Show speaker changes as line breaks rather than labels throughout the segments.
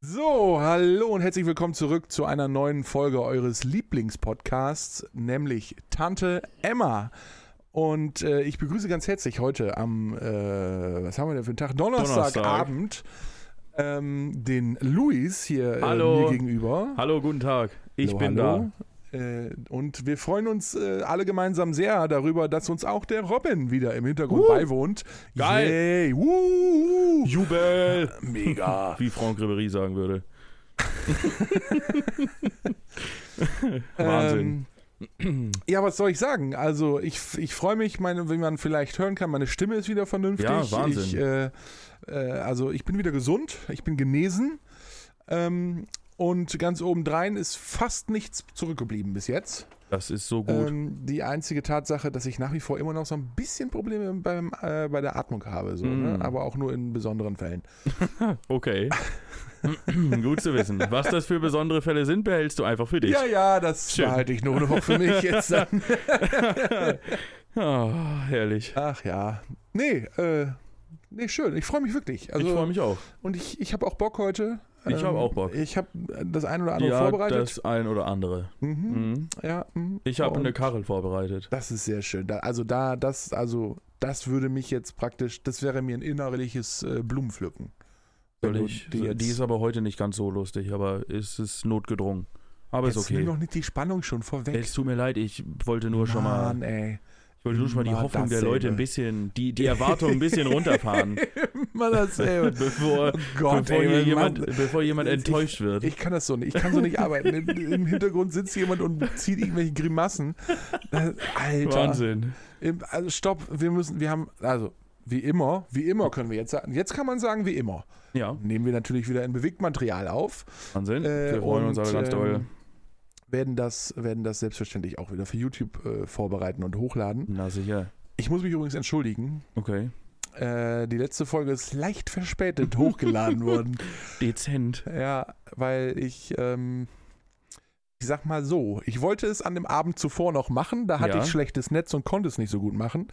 So, hallo und herzlich willkommen zurück zu einer neuen Folge eures Lieblingspodcasts, nämlich Tante Emma. Und äh, ich begrüße ganz herzlich heute am, äh, was haben wir denn für einen Tag? Donnerstagabend ähm, den Luis hier
Hallo.
Äh, mir gegenüber.
Hallo, guten Tag. Ich
Hallo,
bin
hallo. Äh, und wir freuen uns äh, alle gemeinsam sehr darüber, dass uns auch der Robin wieder im Hintergrund
Wuhu.
beiwohnt.
Geil.
Yay. Wuhu.
da. Jubel!
Mega.
Wie Franck Ribery sagen würde. Wahnsinn.
Ähm, ja, was soll ich sagen? Also ich, ich freue mich, meine, wie man vielleicht hören kann, meine Stimme ist wieder vernünftig.
Ja, Wahnsinn.
Ich, äh, äh, also ich bin wieder gesund, ich bin genesen. Ähm, und ganz obendrein ist fast nichts zurückgeblieben bis jetzt.
Das ist so gut.
Ähm, die einzige Tatsache, dass ich nach wie vor immer noch so ein bisschen Probleme beim, äh, bei der Atmung habe, so,
Mm.
ne? aber auch nur in besonderen Fällen.
Okay. gut zu wissen. Was das für besondere Fälle sind, behältst du einfach für dich.
Ja, ja, das
Schön.
behalte ich nur noch für mich jetzt dann.
Ah, herrlich.
Ach ja. Nee, äh, nee, schön. Ich freue mich wirklich. Also,
ich freue mich auch.
Und ich, ich habe auch Bock heute. Ähm,
Ich hab auch Bock.
Ich habe das ein oder andere
ja,
vorbereitet.
das ein oder andere.
mhm.
Mhm.
Ja, mhm.
Ich ne habe
Und
eine Karel vorbereitet.
Das ist sehr schön. Da, also da, das, also das würde mich jetzt praktisch, das wäre mir ein innerliches äh, Blumenpflücken. Wenn
Soll
du
ich,
die
die,
jetzt,
ist aber heute nicht ganz so lustig, aber es ist notgedrungen. Aber
jetzt
ist okay.
nimm doch nicht die Spannung schon vorweg.
Es tut mir leid, ich wollte nur schon mal
Mann, ey.
Ich wollte nur schon mal die
Immer
Hoffnung der
dasselbe.
Leute ein bisschen, die, die Erwartung ein bisschen runterfahren,
Immer dasselbe.
bevor,
Oh Gott,
bevor,
ey,
hier
Mann.
jemand, bevor jemand
Ich-
enttäuscht wird.
Ich kann das so nicht. Ich kann so nicht arbeiten. Im, Im Hintergrund sitzt jemand und zieht irgendwelche Grimassen. Das- Alter.
Wahnsinn.
Im- Also stopp, wir müssen, wir haben, also wie immer, wie immer können wir jetzt sagen, jetzt kann man sagen, wie immer.
Ja,
Nehmen wir natürlich wieder in Bewegtmaterial auf.
Wahnsinn.
Äh,
Wir freuen uns
und,
alle ganz doll.
ähm, Werden das, werden das selbstverständlich auch wieder für YouTube äh, vorbereiten und hochladen.
Na sicher.
Ich muss mich übrigens entschuldigen.
Okay.
Äh, die letzte Folge ist leicht verspätet hochgeladen worden.
Dezent.
Ja, weil ich, ähm, ich sag mal so, ich wollte es an dem Abend zuvor noch machen, da hatte
Ja.
ich schlechtes Netz und konnte es nicht so gut machen.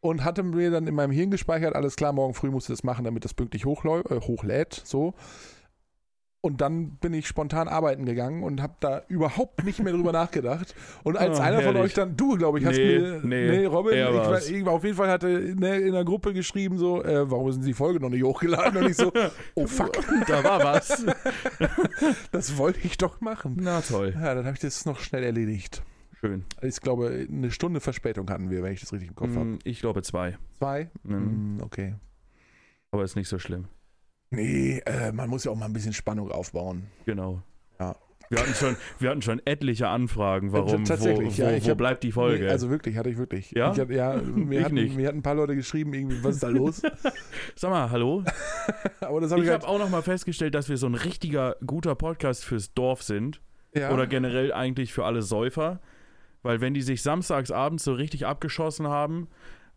Und hatte mir dann in meinem Hirn gespeichert, alles klar, morgen früh musst du das machen, damit das pünktlich hochläu äh, hochlädt, so. Und dann bin ich spontan arbeiten gegangen und habe da überhaupt nicht mehr drüber nachgedacht. Und als
Oh,
einer von
herrlich.
euch dann, du glaube ich, hast
Nee,
mir,
nee,
Robin, ich,
er war's.
war- ich, war- auf jeden Fall hatte ne, in der Gruppe geschrieben so, äh, warum ist denn die Folge noch nicht hochgeladen? Und ich so, oh fuck,
Da war was.
das wollte ich doch machen.
Na toll.
Ja, dann habe ich das noch schnell erledigt.
Schön.
Ich glaube, eine Stunde Verspätung hatten wir, wenn ich das richtig im Kopf habe.
Mm, Ich glaube zwei.
Zwei?
Mhm.
Mm, okay.
Aber ist nicht so schlimm.
Nee, äh, man muss ja auch mal ein bisschen Spannung aufbauen.
Genau.
Ja. Äh,
Wir hatten schon, wir hatten schon etliche Anfragen, warum,
tatsächlich,
wo, wo,
ja, ich
wo
hab-
bleibt die
Nee,
Folge?
also wirklich, hatte ich wirklich.
Ja?
Ich hab, ja mir,
Ich
hatten,
nicht.
mir hatten ein paar Leute geschrieben, irgendwie, was ist da los?
Sag mal, hallo?
Aber das habe ich,
Ich
halt,
habe auch nochmal festgestellt, dass wir so ein richtiger guter Podcast fürs Dorf sind.
ja,
Oder generell eigentlich für alle Säufer. Weil wenn die sich samstags abends so richtig abgeschossen haben,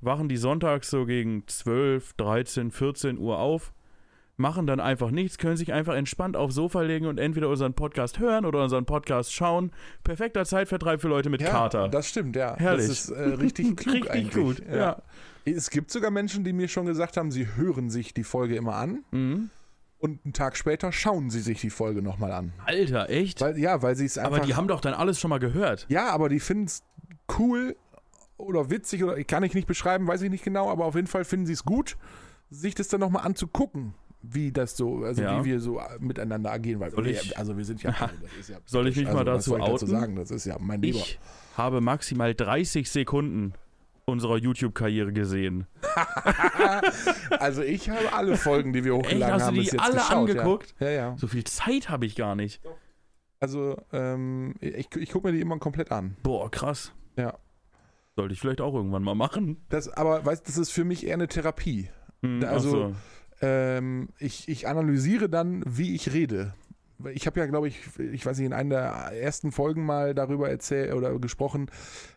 wachen die sonntags so gegen 12, 13, 14 Uhr auf, machen dann einfach nichts, können sich einfach entspannt aufs Sofa legen und entweder unseren Podcast hören oder unseren Podcast schauen. Perfekter Zeitvertreib für Leute mit
ja,
Kater.
Das stimmt, ja.
Herrlich.
Das ist äh, richtig klug
Richtig
eigentlich.
gut, ja.
Es gibt sogar Menschen, die mir schon gesagt haben, sie hören sich die Folge immer an
Mhm.
und einen Tag später schauen sie sich die Folge nochmal an.
Alter, echt?
Weil, ja, weil sie es einfach
Aber die haben doch dann alles schon mal gehört.
Ja, aber die finden es cool oder witzig oder kann ich nicht beschreiben, weiß ich nicht genau, aber auf jeden Fall finden sie es gut, sich das dann nochmal anzugucken, wie das so, also
Ja.
wie wir so äh, miteinander agieren. Weil
Soll
wir,
ich-
also wir sind ja, also das ist ja
Soll ich mich
also,
mal
was
dazu
soll ich
outen?
dazu sagen, das ist ja mein Lieber.
Ich habe maximal 30 Sekunden unserer YouTube-Karriere gesehen.
Also ich habe alle Folgen, die wir hochgeladen
Echt, hast du
haben,
die
bis jetzt
alle
geschaut.
angeguckt?
Ja, ja. ja.
So viel Zeit habe ich gar nicht.
Also ähm, ich, ich gucke mir die immer komplett an.
Boah, krass.
Ja.
Sollte ich vielleicht auch irgendwann mal machen.
Das, aber weißt, das ist für mich eher eine Therapie.
Hm, ach
Also-
so.
ähm, ich, ich analysiere dann, wie ich rede. Weil Ich habe ja, glaube ich, ich weiß nicht, in einer der ersten Folgen mal darüber erzählt oder gesprochen,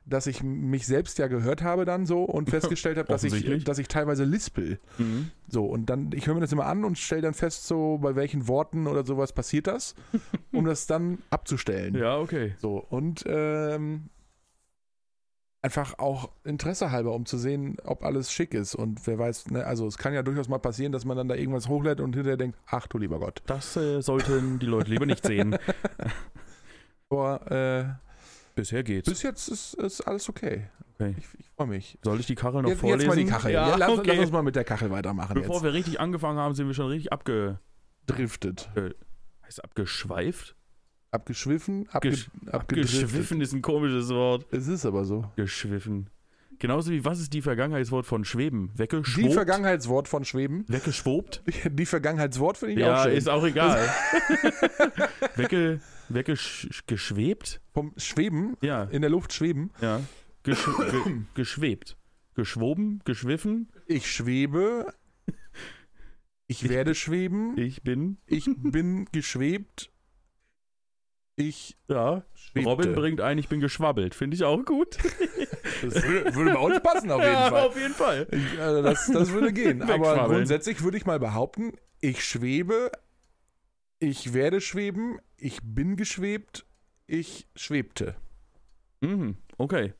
dass ich mich selbst ja gehört habe dann so und festgestellt habe, dass ich,
Offensichtlich.
dass ich teilweise lispel.
Mhm.
So, und dann, ich höre mir das immer an und stelle dann fest, so bei welchen Worten oder sowas passiert das, um das dann abzustellen.
Ja, okay.
So, und ähm, einfach auch Interesse halber, um zu sehen, ob alles schick ist. Und wer weiß, ne, also es kann ja durchaus mal passieren, dass man dann da irgendwas hochlädt und hinterher denkt, ach du lieber Gott.
Das äh, sollten die Leute lieber nicht sehen.
Aber äh,
Bisher geht's.
bis jetzt ist, ist alles okay.
Okay.
Ich, ich freue mich.
Soll ich die Kachel noch
Jetzt,
vorlesen?
jetzt mal die Kachel.
Ja,
Ja, lass,
okay.
lass uns mal mit der Kachel weitermachen
Bevor
jetzt.
wir richtig angefangen haben, sind wir schon richtig abge
Driftet.
heißt abgeschweift?
Abgeschwiffen, abge,
Gesch-
abgedriftet.
Geschwiffen ist ein komisches Wort.
Es ist aber so.
Geschwiffen. Genauso wie was ist die Vergangenheitswort von Schweben?
Die
Weggeschwobt?
Vergangenheitswort von Schweben.
Weggeschwobt?
Die Vergangenheitswort finde ich auch
Ja,
schön.
ist auch egal. Wegge, weggeschwebt?
Vom Schweben,
Ja,
in der Luft schweben.
ja. Gesch, ge, geschwebt. Geschwoben, geschwiffen,
Ich schwebe. Ich
Ich-
werde schweben.
ich bin.
Ich bin geschwebt. Ich
Ja.
schwebte.
Robin bringt ein, ich bin geschwabbelt. Finde ich auch gut.
Das würde, würde bei uns passen auf jeden
ja,
Fall.
auf jeden Fall.
Ich, also das, das würde gehen. Aber
Wegschwabbeln.
grundsätzlich würde ich mal behaupten, ich schwebe, ich werde schweben, ich bin geschwebt, ich schwebte.
Mhm, okay.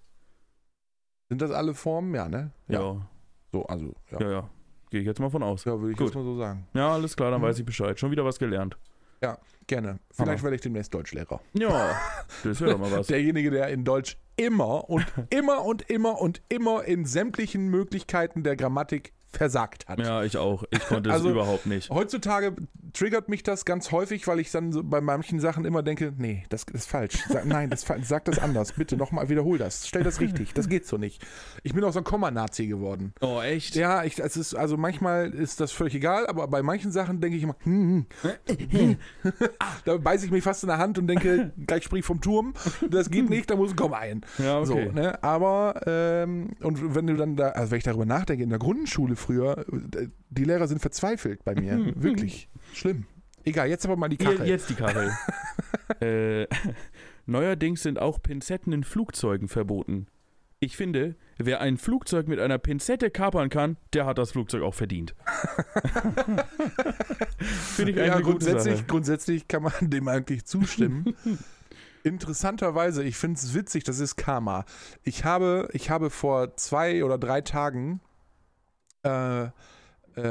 Sind das alle Formen? Ja, ne?
Ja,
So, also, ja.
ja, ja. Gehe ich jetzt mal von aus.
Ja, würde ich
Gut.
jetzt mal so sagen.
Ja, alles klar, dann
Mhm.
weiß ich Bescheid. Schon wieder was gelernt.
Gerne. Vielleicht
Hammer.
werde ich demnächst Deutschlehrer.
Ja, das wäre doch mal was.
Derjenige, der in Deutsch immer und immer und immer und immer in sämtlichen Möglichkeiten der Grammatik versagt hat.
Ja, ich auch. Ich konnte
Also-
es überhaupt nicht.
Heutzutage triggert mich das ganz häufig, weil ich dann so bei manchen Sachen immer denke, nee, das ist falsch. Sag, nein, das, ist fa- sag das anders. Bitte nochmal, wiederhol das. Stell das richtig. Das geht so nicht. Ich bin auch so ein Komma-Nazi geworden.
Oh, echt?
Ja, ich, es ist, also manchmal ist das völlig egal, aber bei manchen Sachen denke ich immer, hm, hm, hm. da beiße ich mich fast in der Hand und denke, gleich sprich vom Turm, das geht nicht, da muss ein Komma ein.
Ja, okay.
So, ne? Aber, ähm, und wenn du dann da, also wenn ich darüber nachdenke, in der Grundschule früher, äh, die Lehrer sind verzweifelt bei mir. Wirklich. Schlimm. Egal, jetzt aber mal die
Hier,
Kachel.
jetzt die Kachel. äh, neuerdings sind auch Pinzetten in Flugzeugen verboten. Ich finde, wer ein Flugzeug mit einer Pinzette kapern kann, der hat das Flugzeug auch verdient. finde ich eigentlich
ja,
eine gute
grundsätzlich,
Sache.
grundsätzlich kann man dem eigentlich zustimmen. Interessanterweise, ich finde es witzig, das ist Karma. Ich habe, ich habe vor zwei oder drei Tagen äh, äh,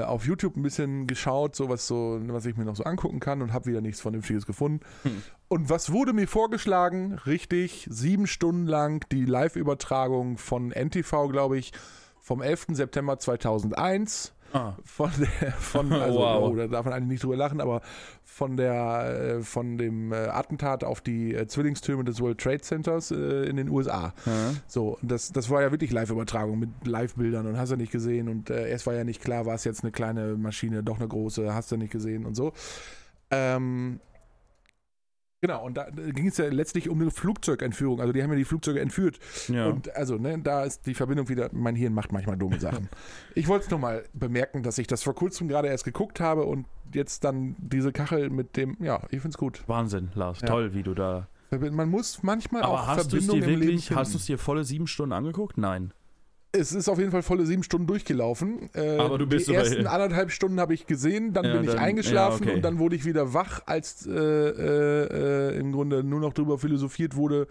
auf YouTube ein bisschen geschaut, so was, so was ich mir noch so angucken kann und habe wieder nichts Vernünftiges gefunden.
Hm.
Und was wurde mir vorgeschlagen? Richtig, sieben Stunden lang die Live-Übertragung von NTV, glaube ich, vom 11. September 2001
Ah,
von der, von, also,
Wow.
oh, da darf man eigentlich nicht drüber lachen, aber von der, äh, von dem äh, Attentat auf die äh, Zwillingstürme des World Trade Centers äh, in den USA.
ja.
So, und das, das war ja wirklich Live-Übertragung mit Live-Bildern und hast du nicht gesehen und äh, erst war ja nicht klar, war es jetzt eine kleine Maschine, doch eine große, hast du nicht gesehen und so. Ähm, genau, und da ging es ja letztlich um eine Flugzeugentführung, also die haben ja die Flugzeuge entführt
ja.
und also, ne, da ist die Verbindung wieder, mein Hirn macht manchmal dumme Sachen. ich wollte es nur mal bemerken, dass ich das vor kurzem gerade erst geguckt habe und jetzt dann diese Kachel mit dem, ja, ich find's gut.
Wahnsinn, Lars.
Ja.
Toll, wie du da.
Verbind- Man muss manchmal
Aber
auch
hast du es
Verbindung
dir
im Leben
wirklich,
finden.
hast du es dir volle sieben Stunden angeguckt? Nein.
es ist auf jeden Fall volle sieben Stunden durchgelaufen. Äh,
Aber du bist
die
dabei-
ersten anderthalb Stunden habe ich gesehen, dann
Ja,
bin ich
dann-
eingeschlafen
ja, okay.
und dann wurde ich wieder wach, als äh, äh, äh, im Grunde nur noch darüber philosophiert wurde,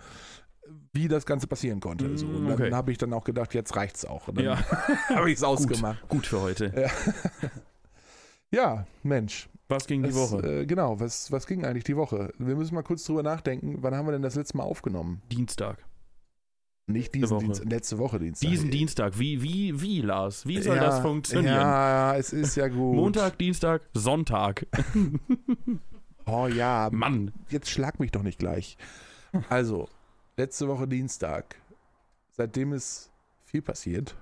wie das Ganze passieren konnte.
Mm,
so. Und dann
okay.
habe ich dann auch gedacht, jetzt reicht's auch. Und dann
Ja,
habe ich es ausgemacht.
gut für heute.
Ja, Mensch.
Was ging die
Das,
Woche?
Äh, genau, was, was ging eigentlich die Woche? Wir müssen mal kurz drüber nachdenken, wann haben wir denn das letzte Mal aufgenommen?
Dienstag.
Nicht diesen
Woche.
Dienst, letzte Woche Dienstag.
Diesen Dienstag. Wie, wie, wie, Lars? Wie soll
ja,
das funktionieren?
Ja, es ist ja gut.
Montag, Dienstag, Sonntag.
Oh ja,
Mann.
jetzt schlag mich doch nicht gleich. Also, letzte Woche Dienstag. Seitdem ist viel passiert.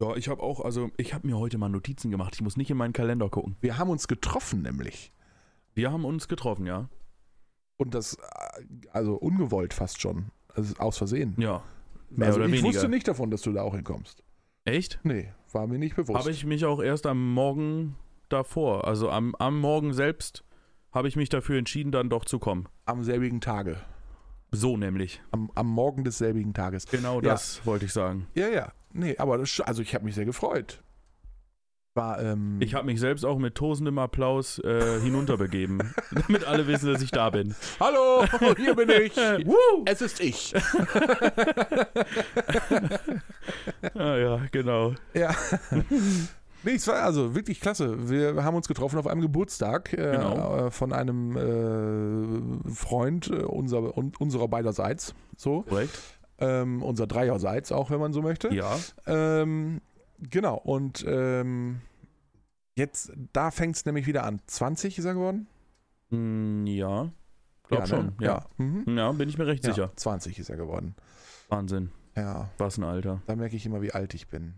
Ja, ich habe auch, also ich habe mir heute mal Notizen gemacht. Ich muss nicht in meinen Kalender gucken.
Wir haben uns getroffen nämlich.
Wir haben uns getroffen, ja.
Und das, äh, also ungewollt fast schon. Also aus Versehen.
Ja. Mehr
also
oder
ich
weniger.
wusste nicht davon, dass du da auch hinkommst.
Echt?
Nee, war mir nicht bewusst.
Habe ich mich auch erst am Morgen davor, also am, am Morgen selbst, habe ich mich dafür entschieden, dann doch zu kommen.
Am selbigen Tage.
So nämlich.
Am, am Morgen des selbigen Tages.
Genau
Ja.
das wollte ich sagen.
Ja, ja. Nee, aber das, sch- also ich habe mich sehr gefreut. War, ähm,
Ich habe mich selbst auch mit tosendem Applaus äh, hinunterbegeben, damit alle wissen, dass ich da bin.
Hallo, hier bin ich.
Woo!
Es ist ich.
Ah, ja, genau.
Ja. Nee, es war also wirklich klasse. Wir haben uns getroffen auf einem Geburtstag äh,
Genau.
äh, von einem äh, Freund äh, unser, un, unserer beiderseits, so.
Korrekt?
Ähm, unser Dreierseits auch, wenn man so möchte.
Ja.
Ähm, genau, und ähm, jetzt, da fängt es nämlich wieder an. 20 ist er geworden?
Hm, ja. Glaub
ne?
schon. Ja.
Ja. Mhm.
ja. bin ich mir recht
ja,
sicher.
20 ist er geworden.
Wahnsinn.
Ja,
Was ein Alter.
da merke ich immer, wie alt ich bin.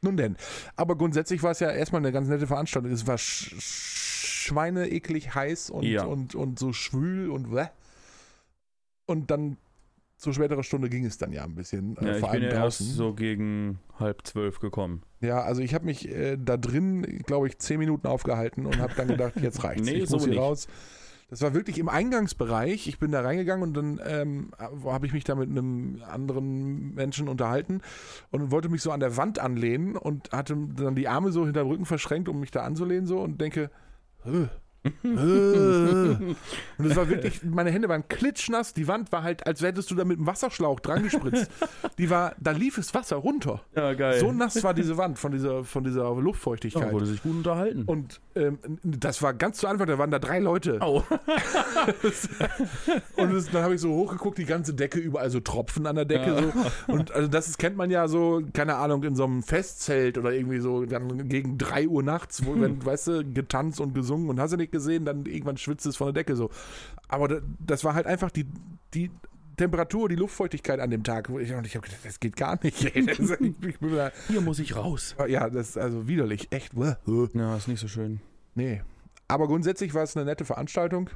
Nun denn. Aber grundsätzlich war es ja erstmal eine ganz nette Veranstaltung. Es war sch sch- schweineeklig heiß und,
Ja.
und, und so schwül und bleh. Und dann zur späteren Stunde ging es dann ja ein bisschen. äh,
Ja, ich bin ja erst
draußen.
so gegen halb zwölf gekommen.
Ja, also ich habe mich äh, da drin, glaube ich, zehn Minuten aufgehalten und habe dann gedacht, jetzt reicht's.
Nee,
ich
so
muss hier
nicht.
raus. Das war wirklich im Eingangsbereich. Ich bin da reingegangen und dann ähm, habe ich mich da mit einem anderen Menschen unterhalten und wollte mich so an der Wand anlehnen und hatte dann die Arme so hinter den Rücken verschränkt, um mich da anzulehnen so und denke, äh, äh. und es war wirklich, meine Hände waren klitschnass, die Wand war halt, als hättest du da mit einem Wasserschlauch dran gespritzt. Die war, da lief das Wasser runter.
Ja, geil. Oh,
So nass war diese Wand von dieser, von dieser
ja,
Luftfeuchtigkeit.
wurde sich gut unterhalten.
und ähm, das war ganz zu Anfang, da waren da drei Leute.
Au.
Und es, dann habe ich so hochgeguckt, die ganze Decke, überall so Tropfen an der Decke.
Ja.
So. Und also das kennt man ja so, keine Ahnung, in so einem Festzelt oder irgendwie so dann gegen drei Uhr nachts,
Hm.
wo, wenn, weißt du, getanzt und gesungen und hast du nicht gesehen, dann irgendwann schwitzt es von der Decke so. Aber da, das war halt einfach die, die Temperatur, die Luftfeuchtigkeit an dem Tag. Und ich habe gedacht, das geht gar nicht. Ey. Das, ist- ich, ich bin da,
Hier muss ich raus.
ja, das ist also widerlich, echt. Uah.
Ja, ist nicht so schön.
Nee. Aber grundsätzlich war es eine nette Veranstaltung.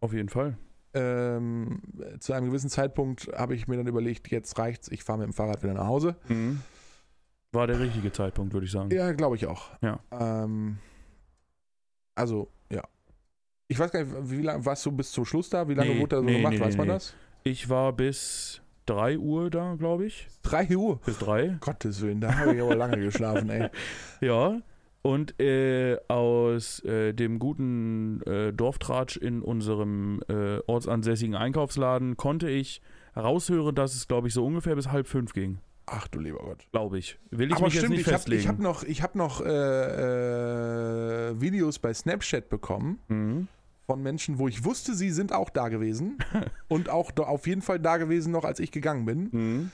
Auf jeden Fall.
Ähm, zu einem gewissen Zeitpunkt habe ich mir dann überlegt, jetzt reicht's, ich fahre mit dem Fahrrad wieder nach Hause.
Mhm. War der richtige Zeitpunkt, würde ich sagen.
Ja, glaube ich auch.
Mhm. Ja.
Ähm, also, ja. Ich weiß gar nicht, wie lange warst du bis zum Schluss da? Wie lange
Nee,
wurde da so
nee,
gemacht?
nee,
weiß
nee,
man
nee.
das?
Ich war bis 3 Uhr da, glaube ich.
Drei Uhr.
Bis 3.
Gottes Willen, da habe ich aber lange geschlafen, ey.
Ja. Und äh, aus äh, dem guten äh, Dorftratsch in unserem äh, ortsansässigen Einkaufsladen konnte ich heraushören, dass es, glaube ich, so ungefähr bis halb fünf ging.
Ach du lieber Gott.
Glaube ich. Will ich
aber
mich
stimmt,
jetzt nicht
ich habe
festlegen.
ich hab noch, ich hab noch äh, äh, Videos bei Snapchat bekommen.
mhm.
von Menschen, wo ich wusste, sie sind auch da gewesen und auch da auf jeden Fall da gewesen noch, als ich gegangen bin.
Mhm.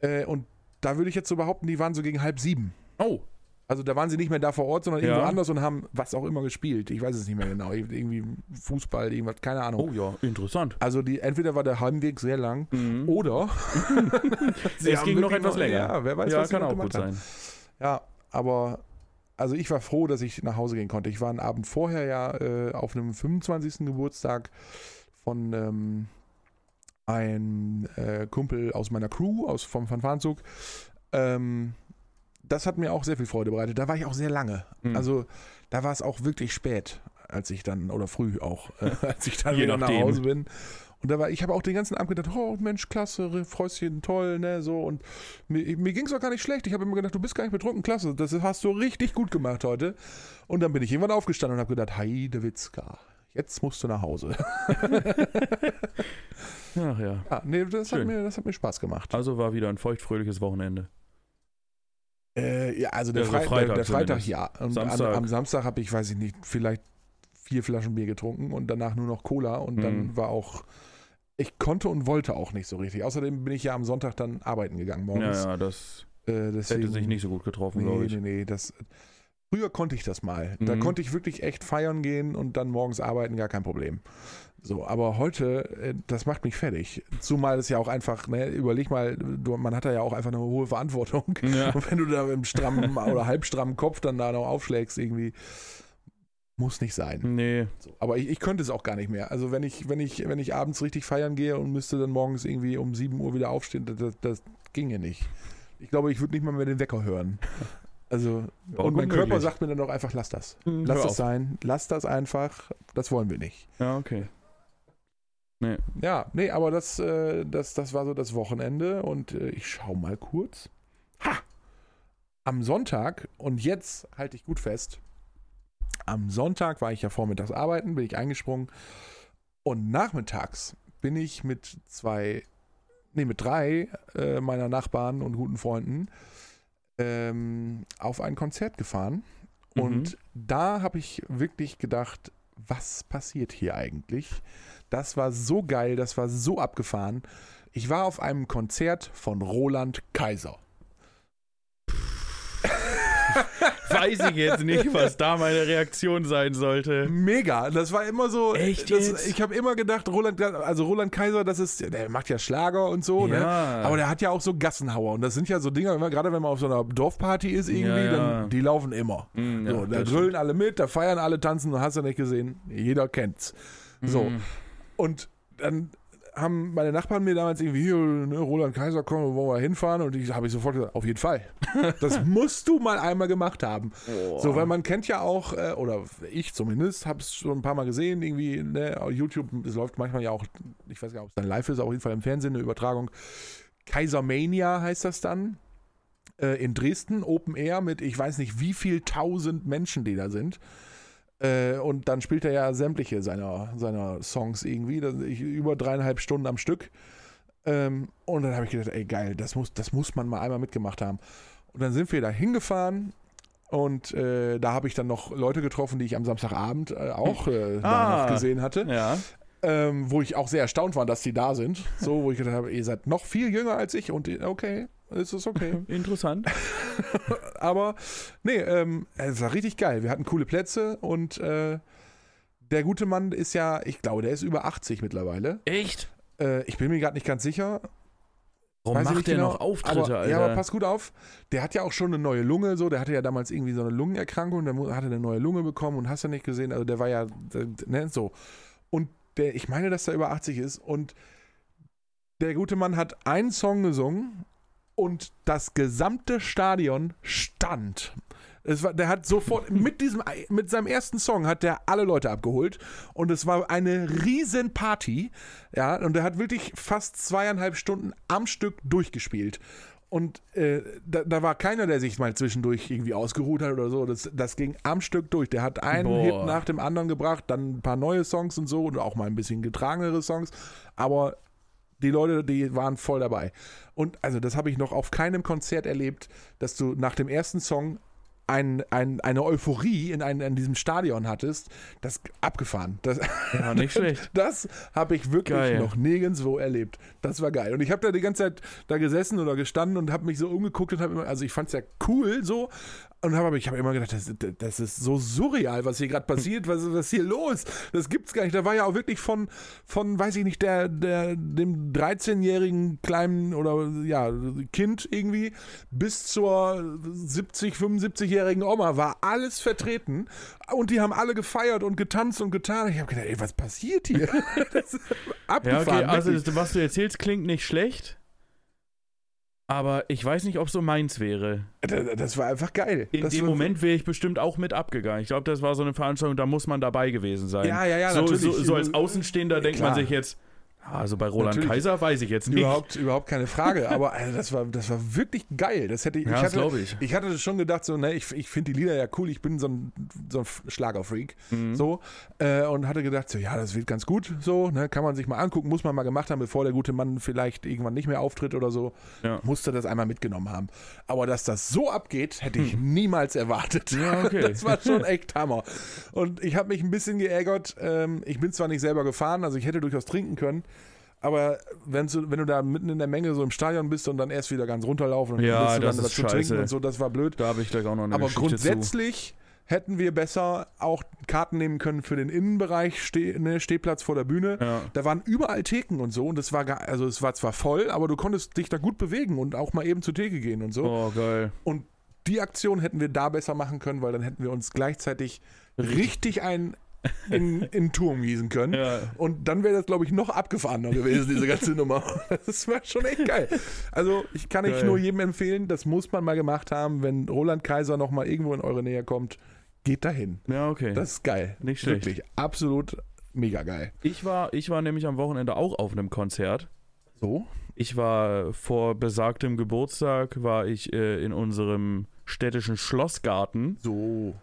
Äh, und da würde ich jetzt so behaupten, die waren so gegen halb sieben.
Oh,
Also da waren sie nicht mehr da vor Ort, sondern
Ja.
irgendwo anders und haben was auch immer gespielt. Ich weiß es nicht mehr genau. Irgendwie Fußball, irgendwas, keine Ahnung.
oh ja, interessant.
Also die, entweder war der Heimweg sehr lang
Mhm.
oder Sie
es
haben
ging noch
wirklich
etwas
noch-
länger.
ja, wer weiß,
ja,
was sie
kann
noch
auch
gemacht
gut sein.
ja, aber also ich war froh, dass ich nach Hause gehen konnte. Ich war einen Abend vorher ja äh, auf einem 25. Geburtstag von ähm, einem äh, Kumpel aus meiner Crew, aus vom Fanfarenzug. Ähm, das hat mir auch sehr viel Freude bereitet. Da war ich auch sehr lange.
Mhm.
Also da war es auch wirklich spät, als ich dann, oder früh auch, äh, als ich dann
Je
wieder
nachdem.
nach Hause bin. Und da war, ich habe auch den ganzen Abend gedacht, oh Mensch, klasse, Re- Fräuschen, toll, ne, so. Und mir, mir ging es auch gar nicht schlecht. Ich habe immer gedacht, du bist gar nicht betrunken, klasse, das hast du richtig gut gemacht heute. Und dann bin ich irgendwann aufgestanden und habe gedacht, Heidewitzka, jetzt musst du nach Hause.
Ach ja.
Ja, nee, das hat,
Schön.
mir, das hat mir Spaß gemacht.
Also war wieder ein feuchtfröhliches Wochenende.
Äh, ja, also der,
Also
Fre
Freitag
der, der Freitag
zumindest.
ja. Und
Samstag.
Am, am Samstag habe ich, weiß ich nicht, vielleicht vier Flaschen Bier getrunken und danach nur noch Cola und
Mhm.
dann war auch, ich konnte und wollte auch nicht so richtig. Außerdem bin ich ja am Sonntag dann arbeiten gegangen morgens.
Ja, ja, das
Äh, deswegen,
hätte sich nicht so gut getroffen,
nee,
glaube ich.
nee, nee, das, früher konnte ich das mal. Da
Mhm.
konnte ich wirklich echt feiern gehen und dann morgens arbeiten, gar kein Problem. So, aber heute, äh, das macht mich fertig. Zumal es ja auch einfach, ne, überleg mal, du, man hat da ja auch einfach eine hohe Verantwortung.
Ja.
Und wenn du da im strammen oder halbstrammen Kopf dann da noch aufschlägst, irgendwie, muss nicht sein.
Nee,
Aber ich, ich könnte es auch gar nicht mehr. Also wenn ich, wenn ich, wenn ich abends richtig feiern gehe und müsste dann morgens irgendwie um 7 Uhr wieder aufstehen, das, das, das ginge nicht. Ich glaube, ich würde nicht mal mehr den Wecker hören. Also,
Ja,
und mein
gut
Körper
möglich.
sagt mir dann doch einfach, lass das.
Hm,
Lass
hör
das
auf.
sein, lass das einfach, das wollen wir nicht.
Ja, okay.
Ja, nee, aber das, äh, das, das war so das Wochenende und äh, ich schau mal kurz. Ha! Am Sonntag Und jetzt halte ich gut fest. Am Sonntag war ich ja vormittags arbeiten, bin ich eingesprungen. Und nachmittags bin ich mit zwei, nee, mit drei äh, meiner Nachbarn und guten Freunden ähm, auf ein Konzert gefahren.
Mhm.
Und da habe ich wirklich gedacht, was passiert hier eigentlich? Das war so geil, das war so abgefahren. Ich war auf einem Konzert von Roland Kaiser.
Weiß ich jetzt nicht, was da meine Reaktion sein sollte.
Mega, das war immer so.
Echt
das,
jetzt?
ich habe immer gedacht, Roland, also Roland Kaiser, das ist, der macht ja Schlager und so, ne?
Ja.
Aber der hat ja auch so Gassenhauer und das sind ja so Dinger, wenn man- gerade wenn man auf so einer Dorfparty ist irgendwie,
Ja, ja.
dann die laufen immer.
Mm, ja,
so, da
das
grölen alle mit, da feiern alle, tanzen und hast du nicht gesehen, jeder kennt's. So und dann haben meine Nachbarn mir damals irgendwie hier, ne, Roland Kaiser, komm, wollen wir hinfahren? Und ich habe ich sofort gesagt, auf jeden Fall. Das musst du mal einmal gemacht haben. So, weil man kennt ja auch, äh, oder ich zumindest, habe es schon ein paar Mal gesehen, irgendwie, ne, auf YouTube, es läuft manchmal ja auch, ich weiß gar nicht, ob es dann live ist, aber auf jeden Fall im Fernsehen eine Übertragung. Kaisermania heißt das dann. Äh, in Dresden, Open Air mit ich weiß nicht wie viel tausend Menschen, die da sind. Äh, und dann spielt er ja sämtliche seiner, seiner Songs irgendwie, das, ich, über dreieinhalb Stunden am Stück. Ähm, und dann habe ich gedacht, ey geil, das muss, das muss man mal einmal mitgemacht haben. Und dann sind wir da hingefahren und äh, da habe ich dann noch Leute getroffen, die ich am Samstagabend äh, auch äh, da
Ah.
noch gesehen hatte,
Ja.
ähm, wo ich auch sehr erstaunt war, dass die da sind. So, wo ich gedacht habe, ihr seid noch viel jünger als ich und okay, es ist okay.
Interessant.
Aber nee, ähm, es war richtig geil. Wir hatten coole Plätze und äh, der gute Mann ist ja, ich glaube, der ist über 80 mittlerweile.
Echt?
Äh, ich bin mir gerade nicht ganz sicher.
Warum
Weiß ich
macht
nicht
der
genau,
noch Auftritte,
aber,
Alter?
Ja, aber pass gut auf. Der hat ja auch schon eine neue Lunge, so. Der hatte ja damals irgendwie so eine Lungenerkrankung, dann mu- hat er eine neue Lunge bekommen und hast du nicht gesehen. Also der war ja, äh, ne, so. Und der, ich meine, dass er über 80 ist und der gute Mann hat einen Song gesungen und das gesamte Stadion stand. Es war, der hat sofort mit diesem, mit seinem ersten Song hat der alle Leute abgeholt und es war eine riesen Party, ja und er hat wirklich fast zweieinhalb Stunden am Stück durchgespielt und äh, da, da war keiner, der sich mal zwischendurch irgendwie ausgeruht hat oder so. Das, das ging am Stück durch. Der hat einen
Boah.
Hit nach dem anderen gebracht, dann ein paar neue Songs und so und auch mal ein bisschen getragenere Songs, aber die Leute, die waren voll dabei. Und also das habe ich noch auf keinem Konzert erlebt, dass du nach dem ersten Song ein, ein, eine Euphorie in, ein, in diesem Stadion hattest. Das abgefahren. Das,
Ja, nicht schlecht.
das habe ich wirklich
Geil.
noch nirgendwo erlebt. Das war geil. Und ich habe da die ganze Zeit da gesessen oder gestanden und habe mich so umgeguckt und habe immer, also ich fand es ja cool so. Und habe aber ich habe immer gedacht, das, das ist so surreal, was hier gerade passiert, was ist was ist hier los? Das gibt's gar nicht. Da war ja auch wirklich von von weiß ich nicht, der der dem 13-jährigen kleinen oder ja, Kind irgendwie bis zur 70, 75-jährigen Oma war alles vertreten und die haben alle gefeiert und getanzt und getan. Ich habe gedacht, ey, was passiert hier? Das ist
Ja,
abgefahren.
okay, also
wirklich.
das- was du erzählst, klingt nicht schlecht. Aber ich weiß nicht, ob so meins wäre.
das, das war einfach geil.
In
das
dem
war,
Moment wäre ich bestimmt auch mit abgegangen. Ich glaube, das war so eine Veranstaltung, da muss man dabei gewesen sein.
Ja, ja, ja,
so,
natürlich. Äh,
so, so als Außenstehender denkt
Klar.
man sich jetzt, ah, also bei Roland
Natürlich.
Kaiser weiß ich jetzt nicht.
Überhaupt, überhaupt keine Frage, aber also das, war, das war wirklich geil. Das hätte ich,
Ja,
ich
das
hatte,
glaube ich.
ich hatte schon gedacht, so, ne, ich, ich finde die Lieder ja cool, ich bin so ein, so ein Schlagerfreak.
Mhm.
So, äh, und hatte gedacht, so, ja, das wird ganz gut, so, ne, kann man sich mal angucken, muss man mal gemacht haben, bevor der gute Mann vielleicht irgendwann nicht mehr auftritt oder so.
Ja.
Musste das einmal mitgenommen haben. Aber dass das so abgeht, hätte ich niemals erwartet.
Hm. Ja, okay.
Das war schon echt Hammer. Und ich habe mich ein bisschen geärgert. Ähm, ich bin zwar nicht selber gefahren, also ich hätte durchaus trinken können. Aber wenn du, wenn du da mitten in der Menge so im Stadion bist und dann erst wieder ganz runterlaufen und
Ja,
willst du
das
dann
ist
was zu
scheiße.
trinken und so, das war blöd.
Da habe ich gleich auch noch eine
Aber
Geschichte zu.
grundsätzlich hätten wir besser auch Karten nehmen können für den Innenbereich, Ste ne, Stehplatz vor der Bühne.
Ja.
Da waren überall Theken und so und das war gar, also es war zwar voll, aber du konntest dich da gut bewegen und auch mal eben zur Theke gehen und so.
Oh, geil.
Und die Aktion hätten wir da besser machen können, weil dann hätten wir uns gleichzeitig richtig ein in, in den Turm gießen können.
Ja.
Und dann wäre das, glaube ich, noch abgefahrener gewesen, diese ganze Nummer. Das war schon echt geil. Also, ich kann ich
Geil.
nur jedem empfehlen, das muss man mal gemacht haben, wenn Roland Kaiser nochmal irgendwo in eure Nähe kommt, geht dahin.
Ja, okay.
Das ist geil.
Nicht schlecht.
Wirklich, absolut mega geil.
Ich war, ich war nämlich am Wochenende auch auf einem Konzert.
So?
Ich war vor besagtem Geburtstag, war ich äh, in unserem städtischen Schlossgarten
So,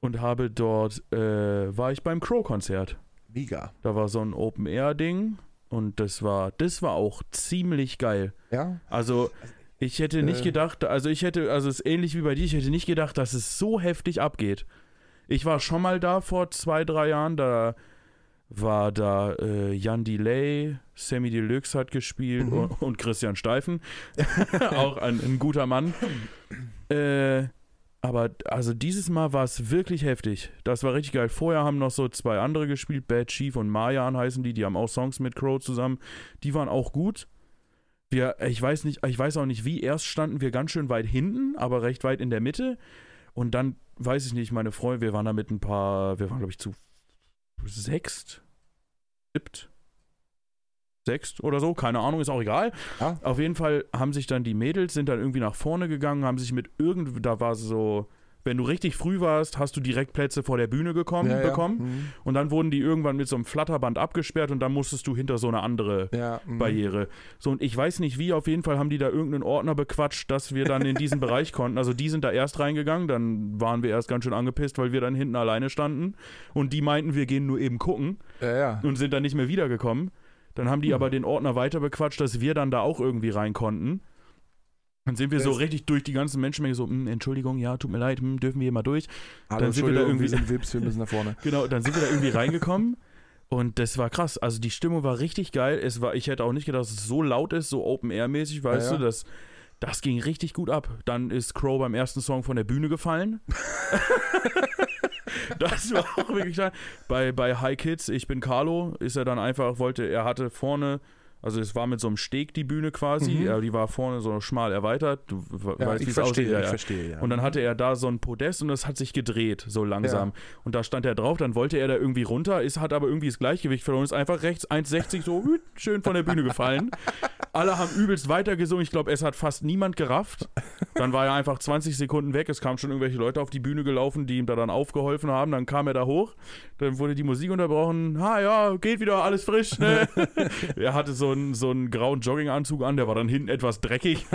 und habe dort, äh, war ich beim Crow-Konzert.
mega.
Da war so ein Open-Air-Ding und das war, das war auch ziemlich geil.
Ja,
Also ich hätte nicht
Äh.
gedacht, also ich hätte, also es ist ähnlich wie bei dir, ich hätte nicht gedacht, dass es so heftig abgeht. Ich war schon mal da vor zwei, drei Jahren, da war da äh, Jan Delay, Sammy Deluxe hat gespielt
Mhm.
und, und Christian Steifen, auch ein, ein guter Mann. Äh, aber also dieses Mal war es wirklich heftig. Das war richtig geil. Vorher haben noch so zwei andere gespielt, Bad Chief und Mayan heißen die, die haben auch Songs mit Crow zusammen. Die waren auch gut. Wir, äh, ich weiß nicht, ich weiß auch nicht wie. Erst standen wir ganz schön weit hinten, aber recht weit in der Mitte. Und dann, weiß ich nicht, meine Freunde, wir waren da mit ein paar, wir waren, glaube ich, zu sechst, siebt, sechst oder so, keine Ahnung, ist auch egal.
Ja.
Auf jeden Fall haben sich dann die Mädels, sind dann irgendwie nach vorne gegangen, haben sich mit irgend, da war so, wenn du richtig früh warst, hast du direkt Plätze vor der Bühne gekommen,
ja, ja.
bekommen.
Mhm.
Und dann wurden die irgendwann mit so einem Flatterband abgesperrt und dann musstest du hinter so eine andere
Ja, mhm.
Barriere. So, und ich weiß nicht wie, auf jeden Fall haben die da irgendeinen Ordner bequatscht, dass wir dann in diesen Bereich konnten. Also die sind da erst reingegangen, dann waren wir erst ganz schön angepisst, weil wir dann hinten alleine standen. Und die meinten, wir gehen nur eben gucken
Ja, ja.
und sind dann nicht mehr wiedergekommen. Dann haben die
Hm.
aber den Ordner weiter bequatscht, dass wir dann da auch irgendwie rein konnten. Dann sind wir so
Das-
richtig durch die ganzen Menschenmenge so, "Hm, Entschuldigung, ja, tut mir leid, hm, dürfen wir hier mal durch?
Hallo,
dann sind wir da
Entschuldigung,
irgendwie-
sind Wips, wir müssen nach vorne.
Genau, dann sind wir da irgendwie reingekommen und das war krass. Also die Stimmung war richtig geil. Es war, ich hätte auch nicht gedacht, dass es so laut ist, so Open-Air-mäßig, weißt
Ja, ja.
du, das, das ging richtig gut ab. Dann ist Crow beim ersten Song von der Bühne gefallen. das war auch wirklich geil. Bei, bei High Kids, ich bin Carlo, ist er dann einfach, wollte, er hatte vorne. Also es war mit so einem Steg die Bühne quasi,
Mhm.
ja, die war vorne so schmal erweitert, du we-
Ja,
weißt, wie
ich
es aussieht.
verstehe,
ja,
ich
ja.
verstehe, ja.
Und dann hatte er da so ein Podest und das hat sich gedreht, so langsam. Und da stand er drauf, dann wollte er da irgendwie runter, ist, hat aber irgendwie das Gleichgewicht verloren, ist einfach rechts 1,60 so hüt, schön von der Bühne gefallen. Alle haben übelst weitergesungen. Ich glaube, es hat fast niemand gerafft. Dann war er einfach 20 Sekunden weg. Es kamen schon irgendwelche Leute auf die Bühne gelaufen, die ihm da dann aufgeholfen haben. Dann kam er da hoch. Dann wurde die Musik unterbrochen. Ha, ja, geht wieder, alles frisch, ne? er hatte so einen, so einen grauen Jogginganzug an, der war dann hinten etwas dreckig.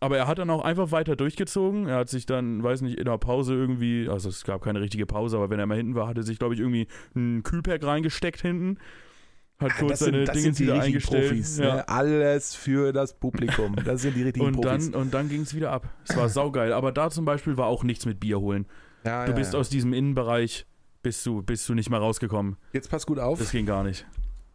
Aber er hat dann auch einfach weiter durchgezogen. Er hat sich dann, weiß nicht, in der Pause irgendwie, also es gab keine richtige Pause, aber wenn er mal hinten war, hat er sich, glaube ich, irgendwie ein Kühlpack reingesteckt hinten. Hat
Ah,
kurz
das sind,
seine
das
Dinge
sind die
wieder
richtigen
eingestellt.
Profis.
ja.
Ne? Alles für das Publikum. Das sind die richtigen
Und
Profis.
dann, und dann ging es wieder ab. Es war saugeil. Aber da zum Beispiel war auch nichts mit Bier holen.
Ja,
Du
ja,
bist
ja.
aus diesem Innenbereich, bist du, bist du nicht mal rausgekommen.
Jetzt pass gut auf.
Das ging gar nicht.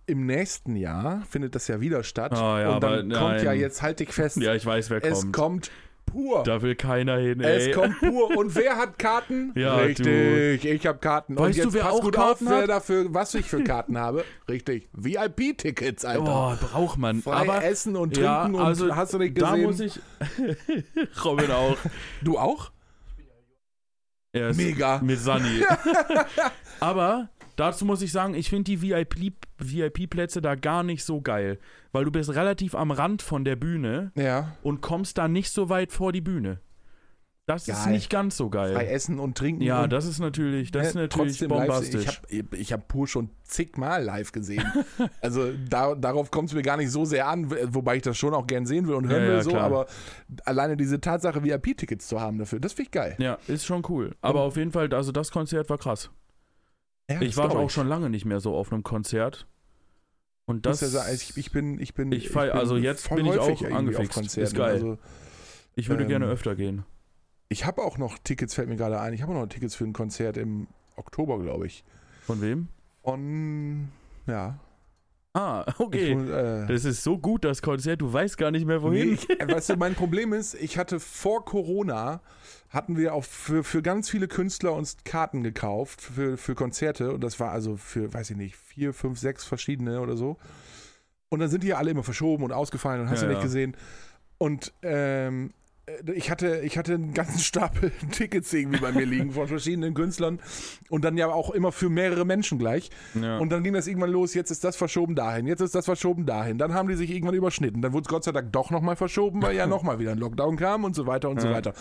Im nächsten Jahr findet das ja wieder statt.
Ah, ja,
und dann
aber
kommt ja
nein.
jetzt, halt dich fest,
Ja, ich weiß, wer
es
kommt.
kommt, pur.
Da will keiner hin. Ey.
es kommt pur. Und wer hat Karten?
Ja,
Richtig, ich habe Karten. und
Weißt
jetzt
du, wer
pass
auch
gut
Karten
auf, wer
hat?
dafür, was ich für Karten habe. Richtig, VIP-Tickets, Alter.
Boah, Oh, braucht man.
Frei
aber
essen und trinken
ja, also
und hast du nicht
da
gesehen?
muss ich. Robin auch.
du auch?
Er ist
Mega.
Mit Sunny. Aber dazu muss ich sagen, ich finde die VIP VIP-Plätze da gar nicht so geil, weil du bist relativ am Rand von der Bühne
Ja.
und kommst da nicht so weit vor die Bühne. Das ist
Geil.
nicht ganz so
Bei
geil.
Essen und Trinken.
Ja,
und
das ist natürlich, das ist
Ne,
natürlich
trotzdem
bombastisch.
Live, ich habe ich hab Pur schon zigmal live gesehen. also da, darauf kommt es mir gar nicht so sehr an, wobei ich das schon auch gern sehen will und hören
Ja,
will,
ja,
so,
klar.
aber alleine diese Tatsache, VIP-Tickets zu haben dafür, das finde ich geil.
ja, ist schon cool. Aber auf jeden Fall, also das Konzert war krass.
Ja,
ich
das
war
glaub
auch schon lange nicht mehr so auf einem Konzert. Und
Ich,
das,
muss ja sagen, also ich, ich bin, ich bin,
Ich fall-
bin
also jetzt
voll
bin ich
häufig
auch
irgendwie
angefixt.
Auf Konzerten.
Ist geil.
Also,
ich würde
ähm,
gerne öfter gehen.
ich habe auch noch Tickets, fällt mir gerade ein. Ich habe auch noch Tickets für ein Konzert im Oktober, glaube ich.
Von wem?
Von ja.
Ah,
Ich,
okay.
muss, äh,
Das ist so gut, das Konzert, du weißt gar nicht mehr, wohin.
Nee, ich, äh, weißt du, mein Problem ist, ich hatte vor Corona, hatten wir auch für, für ganz viele Künstler uns Karten gekauft für, für Konzerte und das war also für, weiß ich nicht, vier, fünf, sechs verschiedene oder so. Und dann sind die ja alle immer verschoben und ausgefallen und hast
Ja,
du nicht
ja.
gesehen. Und ähm, äh, ich hatte, ich hatte einen ganzen Stapel Tickets irgendwie bei mir liegen von verschiedenen Künstlern und dann ja auch immer für mehrere Menschen gleich.
Ja.
Und dann ging das irgendwann los, jetzt ist das verschoben dahin, jetzt ist das verschoben dahin. Dann haben die sich irgendwann überschnitten. Dann wurde es Gott sei Dank doch nochmal verschoben, weil ja nochmal wieder ein Lockdown kam und so weiter und so
Ja.
weiter.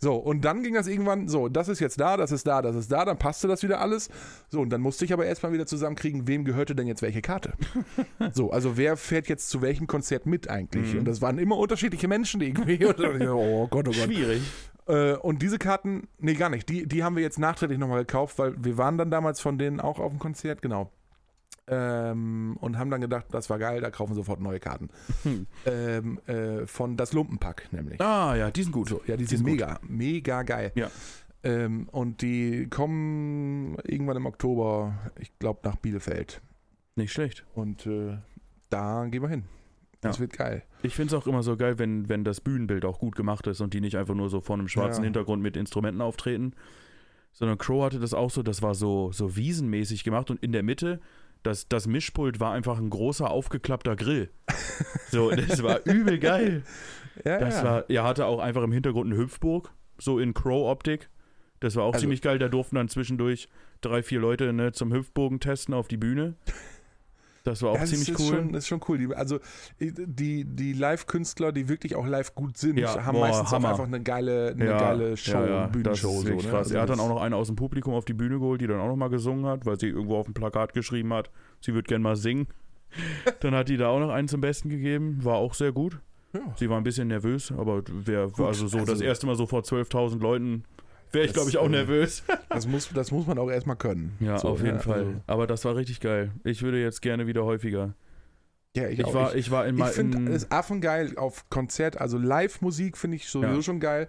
So, und dann ging das irgendwann so, das ist jetzt da, das ist da, das ist da, dann passte das wieder alles. So, und dann musste ich aber erstmal wieder zusammenkriegen, wem gehörte denn jetzt welche Karte?
Mhm.
so, also wer fährt jetzt zu welchem Konzert mit eigentlich? Und das waren immer unterschiedliche Menschen irgendwie. Und dann, oh Gott, oh Gott.
Schwierig.
Äh, und diese Karten, nee, gar nicht. Die, die haben wir jetzt nachträglich nochmal gekauft, weil wir waren dann damals von denen auch auf dem Konzert, genau. Ähm, und haben dann gedacht, das war geil, da kaufen wir sofort neue Karten.
Hm.
Ähm, äh, von das Lumpenpack nämlich.
Ah, ja, die sind gut.
So, ja, die sind
Die ist gut.
mega, mega geil.
Ja.
Ähm, und die kommen irgendwann im Oktober, ich glaube, nach Bielefeld.
Nicht schlecht.
Und äh, da gehen wir hin. Das
Ja.
wird geil.
Ich finde es auch immer so geil, wenn, wenn das Bühnenbild auch gut gemacht ist und die nicht einfach nur so vor einem schwarzen
Ja.
Hintergrund mit Instrumenten auftreten. Sondern Crow hatte das auch so, das war so, so wiesenmäßig gemacht und in der Mitte, das, das Mischpult war einfach ein großer aufgeklappter Grill. So, das war übel geil.
Ja,
Das
Ah, ja.
war, er hatte auch einfach im Hintergrund eine Hüpfburg, so in Crow-Optik. Das war auch
Also-
ziemlich geil. Da durften dann zwischendurch drei, vier Leute ne, zum Hüpfbogen testen auf die Bühne. Das war auch
Ja,
ziemlich
ist,
cool.
Ist schon, ist schon cool. Die, also die, die Live-Künstler, die wirklich auch live gut sind,
Ja,
haben
boah,
meistens
Hammer.
auch einfach eine geile, eine geile Show,
das ist
Bühnenshow.
wirklich
so, ne?
krass.
Also
er hat dann
das-
auch noch eine aus dem Publikum auf die Bühne geholt, die dann auch noch mal gesungen hat, weil sie irgendwo auf dem Plakat geschrieben hat, sie würde gern mal singen. dann hat die da auch noch einen zum Besten gegeben, war auch sehr gut.
Ja.
Sie war ein bisschen nervös, aber wer
Gut,
also so das
also-
erste Mal so vor 12.000 Leuten wäre ich
Das,
glaube ich auch
äh,
nervös.
Das, muss, das muss man auch erstmal können.
Ja,
So,
auf jeden
ne?
Fall.
Also,
Aber das war richtig geil. Ich würde jetzt gerne wieder häufiger.
ja, ich,
Ich,
auch.
war,
ich,
ich, war in
ich
mal
finde
in,
es affengeil auf Konzert, also Live-Musik finde ich sowieso
Ja.
schon geil.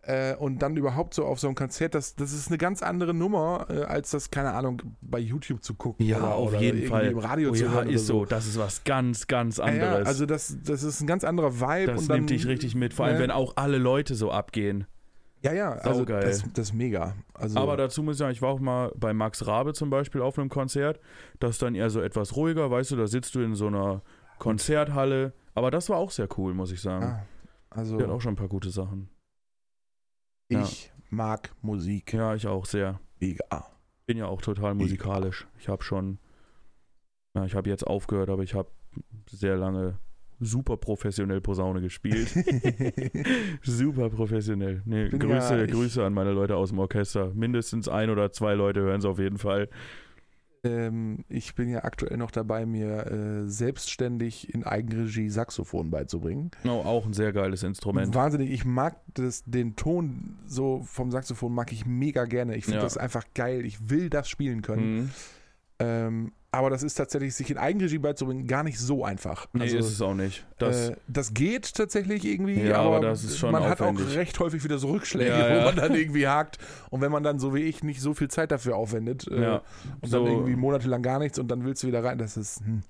Äh, und dann überhaupt so auf so einem Konzert, das, das ist eine ganz andere Nummer, äh, als das, keine Ahnung, bei YouTube zu gucken.
ja,
oder,
auf
oder
jeden
irgendwie
Fall.
im Radio
oh,
zu
ja,
hören.
ist so.
oder
Das ist was ganz, ganz
so.
anderes.
Ja, ja, also das, das ist ein ganz anderer Vibe.
das
und dann,
nimmt dich richtig mit. Vor allem,
ne?
wenn auch alle Leute so abgehen.
Ja, ja, also
Saugeil.
das, das ist mega. Also,
Aber dazu muss ich sagen, ich war auch mal bei Max Rabe zum Beispiel auf einem Konzert. Das ist dann eher so etwas ruhiger. Weißt du, da sitzt du in so einer Konzerthalle. Aber das war auch sehr cool, muss ich sagen.
ah, also
Der hat auch schon ein paar gute Sachen. ja.
ich mag Musik
Ja, ich auch sehr.
mega.
bin ja auch total musikalisch. Ich habe schon, ja, ich habe jetzt aufgehört, aber ich habe sehr lange super professionell Posaune gespielt. super professionell. Nee,
Bin
Grüße,
ja- ich-
Grüße an meine Leute aus dem Orchester. Mindestens ein oder zwei Leute hören es auf jeden Fall.
ähm, ich bin ja aktuell noch dabei, mir äh, selbstständig in Eigenregie Saxophon beizubringen.
Oh, auch ein sehr geiles Instrument.
Wahnsinnig, ich mag das, den Ton so vom Saxophon mag ich mega gerne. Ich finde
Ja.
das einfach geil. Ich will das spielen können.
Mhm.
Ähm, aber das ist tatsächlich, sich in Eigenregie beizubringen, gar nicht so einfach.
Nee,
also,
ist es auch nicht. Das,
äh, das geht tatsächlich irgendwie,
Ja,
aber,
aber das ist schon
man hat auch
aufwendig.
recht häufig wieder so Rückschläge,
Ja, ja.
wo man dann irgendwie hakt. Und wenn man dann so wie ich nicht so viel Zeit dafür aufwendet äh,
ja,
und
so-
dann irgendwie monatelang gar nichts und dann willst du wieder rein, das ist, hm,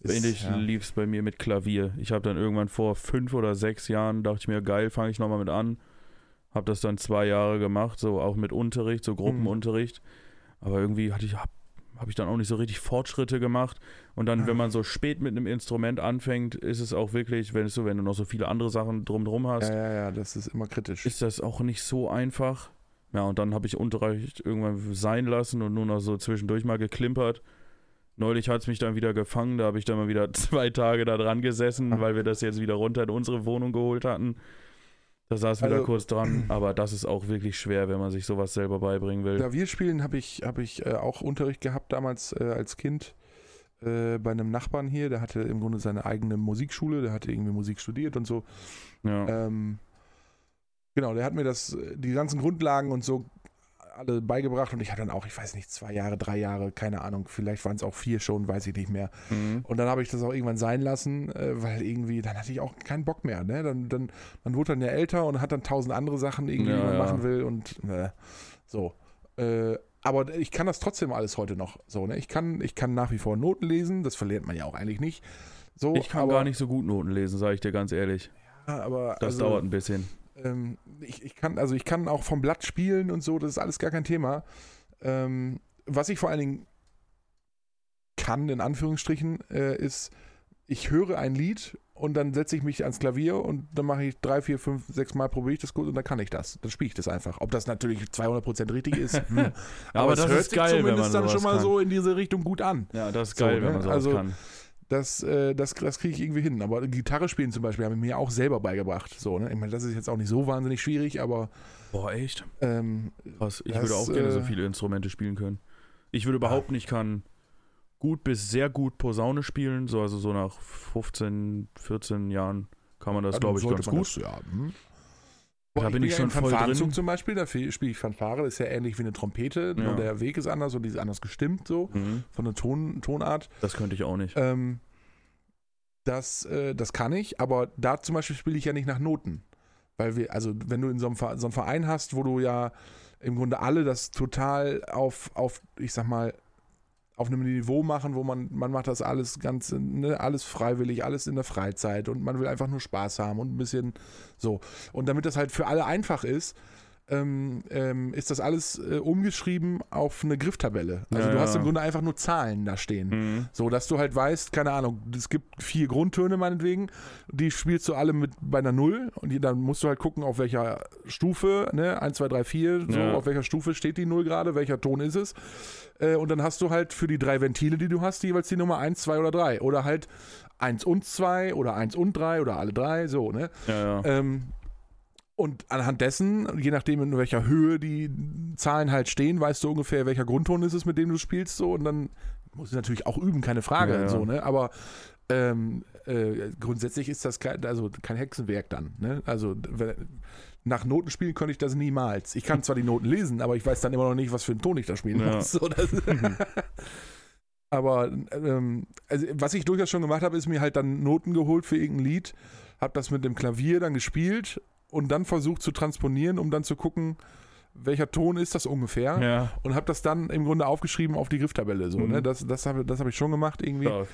ist
ähnlich
ja.
lief es bei mir mit Klavier. Ich habe dann irgendwann vor fünf oder sechs Jahren, dachte ich mir, geil, fange ich nochmal mit an. Habe das dann zwei Jahre gemacht, so auch mit Unterricht, so Gruppenunterricht. Aber irgendwie hatte ich, habe hab ich dann auch nicht so richtig Fortschritte gemacht. Und dann,
Ah.
wenn man so spät mit einem Instrument anfängt, ist es auch wirklich, wenn, es so, wenn du noch so viele andere Sachen drumherum hast,
ja, ja, ja, das ist immer kritisch.
ist das auch nicht so einfach. Ja, und dann habe ich Unterricht irgendwann sein lassen und nur noch so zwischendurch mal geklimpert. Neulich hat es mich dann wieder gefangen, da habe ich dann mal wieder zwei Tage da dran gesessen,
Ah.
weil wir das jetzt wieder runter in unsere Wohnung geholt hatten. Da saß wieder
Also-
kurz dran, aber das ist auch wirklich schwer, wenn man sich sowas selber beibringen will.
Klavierspielen habe ich, hab ich äh, auch Unterricht gehabt damals äh, als Kind äh, bei einem Nachbarn hier, der hatte im Grunde seine eigene Musikschule, der hatte irgendwie Musik studiert und so.
Ja.
Ähm, genau, der hat mir das, äh, die ganzen Grundlagen und so alle beigebracht und ich habe dann auch, ich weiß nicht, zwei Jahre, drei Jahre, keine Ahnung, vielleicht waren es auch vier schon, weiß ich nicht mehr.
Mhm.
Und dann habe ich das auch irgendwann sein lassen, äh, weil irgendwie, dann hatte ich auch keinen Bock mehr. Ne? Dann, dann, man wurde dann ja älter und hat dann tausend andere Sachen irgendwie, die
Ja,
man
ja.
machen will und ne, so. Äh, aber ich kann das trotzdem alles heute noch so. Ne? Ich, kann, ich kann nach wie vor Noten lesen, das verlernt man ja auch eigentlich nicht. So,
Ich kann
oh, aber,
gar nicht so gut Noten lesen, sage ich dir ganz ehrlich.
Ja, Aber,
Das
also,
dauert ein bisschen.
ähm, ich, ich kann, also ich kann auch vom Blatt spielen und so, das ist alles gar kein Thema. Ähm, was ich vor allen Dingen kann, in Anführungsstrichen, äh, ist, ich höre ein Lied und dann setze ich mich ans Klavier und dann mache ich drei, vier, fünf, sechs Mal probiere ich das gut und dann kann ich das. Dann spiele ich das einfach. Ob das natürlich 200% richtig ist, hm. aber,
Aber
es
das
hört
ist
sich
geil, wenn
zumindest
man
dann
sowas
schon mal
kann.
so in diese Richtung gut an.
Ja, das ist
So,
geil,
ne?
wenn man sowas
Also-
kann.
Das, äh, das, das kriege ich irgendwie hin. Aber Gitarre spielen zum Beispiel habe ich mir auch selber beigebracht. So, ne? Ich meine, das ist jetzt auch nicht so wahnsinnig schwierig, aber
Boah, echt?
ähm,
Krass, ich
Das,
würde auch gerne so
äh, Ah.
viele Instrumente spielen können. Ich würde behaupten, ich kann gut bis sehr gut Posaune spielen, so also so nach 15, 14 Jahren kann man das,
Ja,
glaube ich,
sollte
ganz
man
gut.
Das, ja, hm.
Da
ich
bin ich
ja
schon
im
voll
Fanfarenzug
drin.
zum Beispiel, da spiele ich Fanfare, das ist ja ähnlich wie eine Trompete,
Ja.
nur der Weg ist anders und die ist anders gestimmt so,
Mhm.
von der Ton, Tonart.
Das könnte ich auch nicht.
Ähm, das, äh, das kann ich, aber da zum Beispiel spiele ich ja nicht nach Noten. Weil wir, also wenn du in so einem, Ver- so einem Verein hast, wo du ja im Grunde alle das total auf, auf ich sag mal, auf einem Niveau machen, wo man, man macht das alles ganz, ne, alles freiwillig, alles in der Freizeit und man will einfach nur Spaß haben und ein bisschen so. Und damit das halt für alle einfach ist, ähm, ähm, ist das alles äh, umgeschrieben auf eine Grifftabelle. Also
Ja,
du
ja.
hast im Grunde einfach nur Zahlen da stehen.
Mhm.
So, dass du halt weißt, keine Ahnung, es gibt vier Grundtöne meinetwegen, die spielst du alle mit bei einer Null und die, dann musst du halt gucken, auf welcher Stufe, ne, 1, 2, 3, 4, so,
Ja.
auf welcher Stufe steht die Null gerade, welcher Ton ist es. Äh, und dann hast du halt für die drei Ventile, die du hast, jeweils die Nummer 1, 2 oder 3. Oder halt 1 und 2 oder 1 und 3 oder alle drei, so, ne?
Ja, ja.
Ähm, und anhand dessen, je nachdem in welcher Höhe die Zahlen halt stehen, weißt du ungefähr, welcher Grundton ist es, mit dem du spielst, so und dann musst du natürlich auch üben, keine Frage,
Ja, ja.
so ne. Aber ähm, äh, grundsätzlich ist das kein, also kein Hexenwerk dann. Ne? Also w- nach Noten spielen könnte ich das niemals. Ich kann zwar die Noten lesen, aber ich weiß dann immer noch nicht, was für einen Ton ich da spielen
Ja.
muss. So, das aber ähm, also, was ich durchaus schon gemacht habe, ist mir halt dann Noten geholt für irgendein Lied, habe das mit dem Klavier dann gespielt und dann versucht zu transponieren, um dann zu gucken, welcher Ton ist das ungefähr.
ja.
Und habe das dann im Grunde aufgeschrieben auf die Grifftabelle. So,
Mhm.
ne? Das, das habe das hab ich schon gemacht irgendwie.
ja.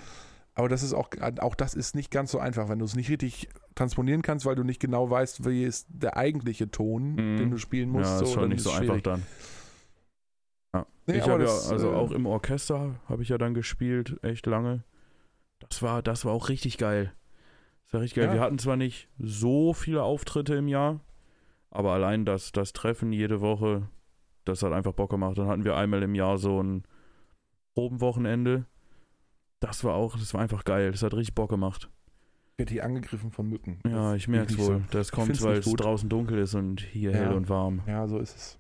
Aber das ist auch, auch das ist nicht ganz so einfach, wenn du es nicht richtig transponieren kannst, weil du nicht genau weißt, wie ist der eigentliche Ton,
Mhm.
den du spielen musst.
ja,
so,
ist schon
dann
nicht so
es
einfach
schwierig.
dann. Ja.
Nee,
ich
aber
habe ja,
das,
also
äh,
auch im Orchester habe ich ja dann gespielt, echt lange. Das war, das war auch richtig geil. Das war richtig geil.
Ja.
Wir hatten zwar nicht so viele Auftritte im Jahr, aber allein das, das Treffen jede Woche, das hat einfach Bock gemacht. Dann hatten wir einmal im Jahr so ein Probenwochenende. Das war auch, das war einfach geil. Das hat richtig Bock gemacht.
Wird hier angegriffen von Mücken.
Ja,
Das
ich merke es
wirklich so.
wohl. Das kommt,
find's
weil
nicht
es
gut.
draußen dunkel ist und hier
Ja.
hell und warm.
Ja, so ist es.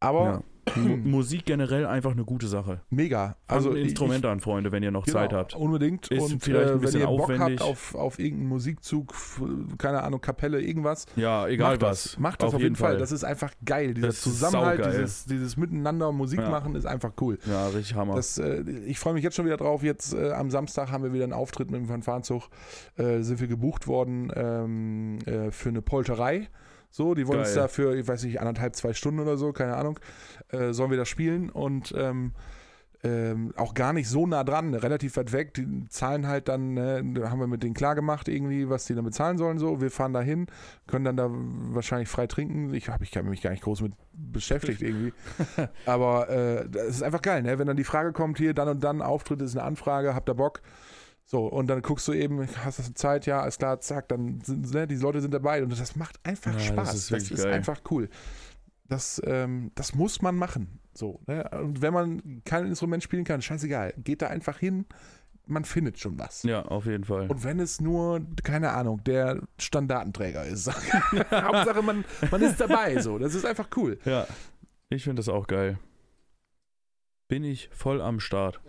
Aber
Ja. Mu- Musik generell einfach eine gute Sache.
mega. Also
Also Fangt ein Instrument an, Freunde, wenn ihr noch
ich, genau,
Zeit habt.
Unbedingt.
Ist
und
vielleicht ein
äh, wenn
bisschen
ihr Bock
aufwendig.
habt auf, auf irgendeinen Musikzug, f- keine Ahnung, Kapelle, irgendwas,
Ja, egal
macht
was.
Das. Macht das auf, jeden Fall. Das ist einfach geil. Dieser
Das ist
Zusammenhalt,
saugeil.
dieses, dieses Miteinander Musik
Ja.
machen ist einfach cool.
ja, richtig Hammer.
Das, äh, ich freue mich jetzt schon wieder drauf. Jetzt äh, am Samstag haben wir wieder einen Auftritt mit dem Fanfarenzug. Äh, sind wir gebucht worden ähm, äh, für eine Polterei. So, die wollen uns
Geil.
da für, ich weiß nicht, anderthalb, zwei Stunden oder so, keine Ahnung, äh, sollen wir da spielen und ähm, ähm, auch gar nicht so nah dran, relativ weit weg. Die zahlen halt dann, äh, da haben wir mit denen klar gemacht, irgendwie, was die dann bezahlen sollen. So, wir fahren da hin, können dann da wahrscheinlich frei trinken. Ich habe ich hab mich gar nicht groß mit beschäftigt irgendwie. Aber äh, das ist einfach geil, ne? wenn dann die Frage kommt, hier dann und dann, Auftritt ist eine Anfrage, habt ihr Bock? So, und dann guckst du eben, hast du Zeit, ja, alles klar, zack, dann sind ne, die Leute sind dabei und das macht einfach
Ja, das
Spaß. Das
ist
ist,
wirklich geil.
einfach cool. Das, ähm, das muss man machen. So, ne? Und wenn man kein Instrument spielen kann, scheißegal, geht da einfach hin, man findet schon was.
ja, auf jeden Fall.
Und wenn es nur, keine Ahnung, der Standardenträger ist. Hauptsache, man, man ist dabei, so. Das ist einfach cool.
ja, ich finde das auch geil. Bin ich voll am Start.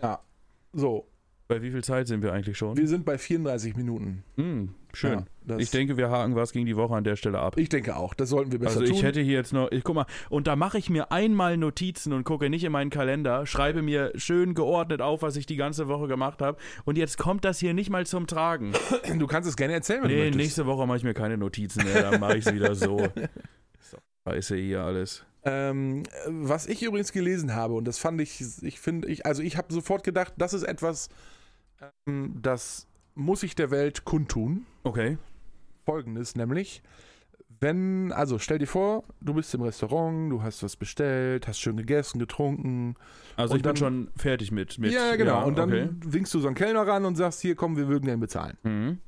So,
Bei wie viel Zeit sind wir eigentlich schon?
wir sind bei 34 Minuten.
Hm, schön.
Ja, das,
ich denke, wir haken was gegen die Woche an der Stelle ab.
ich denke auch, das sollten wir besser
Also ich
tun.
hätte hier jetzt noch, ich guck mal, und da mache ich mir einmal Notizen und gucke nicht in meinen Kalender, schreibe mir schön geordnet auf, was ich die ganze Woche gemacht habe. Und jetzt kommt das hier nicht mal zum Tragen.
du kannst es gerne erzählen, wenn
Nee,
du möchtest.
nächste Woche mache ich mir keine Notizen mehr, dann mache ich es wieder so. Ist doch Scheiße hier alles.
Ähm, was ich übrigens gelesen habe, und das fand ich, ich finde, ich, also ich habe sofort gedacht, das ist etwas, ähm, das muss ich der Welt kundtun.
Okay.
Folgendes, nämlich, wenn, also stell dir vor, du bist im Restaurant, du hast was bestellt, hast schön gegessen, getrunken,
Also
Und
ich
dann-
bin schon fertig mit. mit
ja, ja, genau. und dann
okay.
winkst du so einen Kellner ran und sagst, hier, komm, wir würden gerne bezahlen.
Mhm.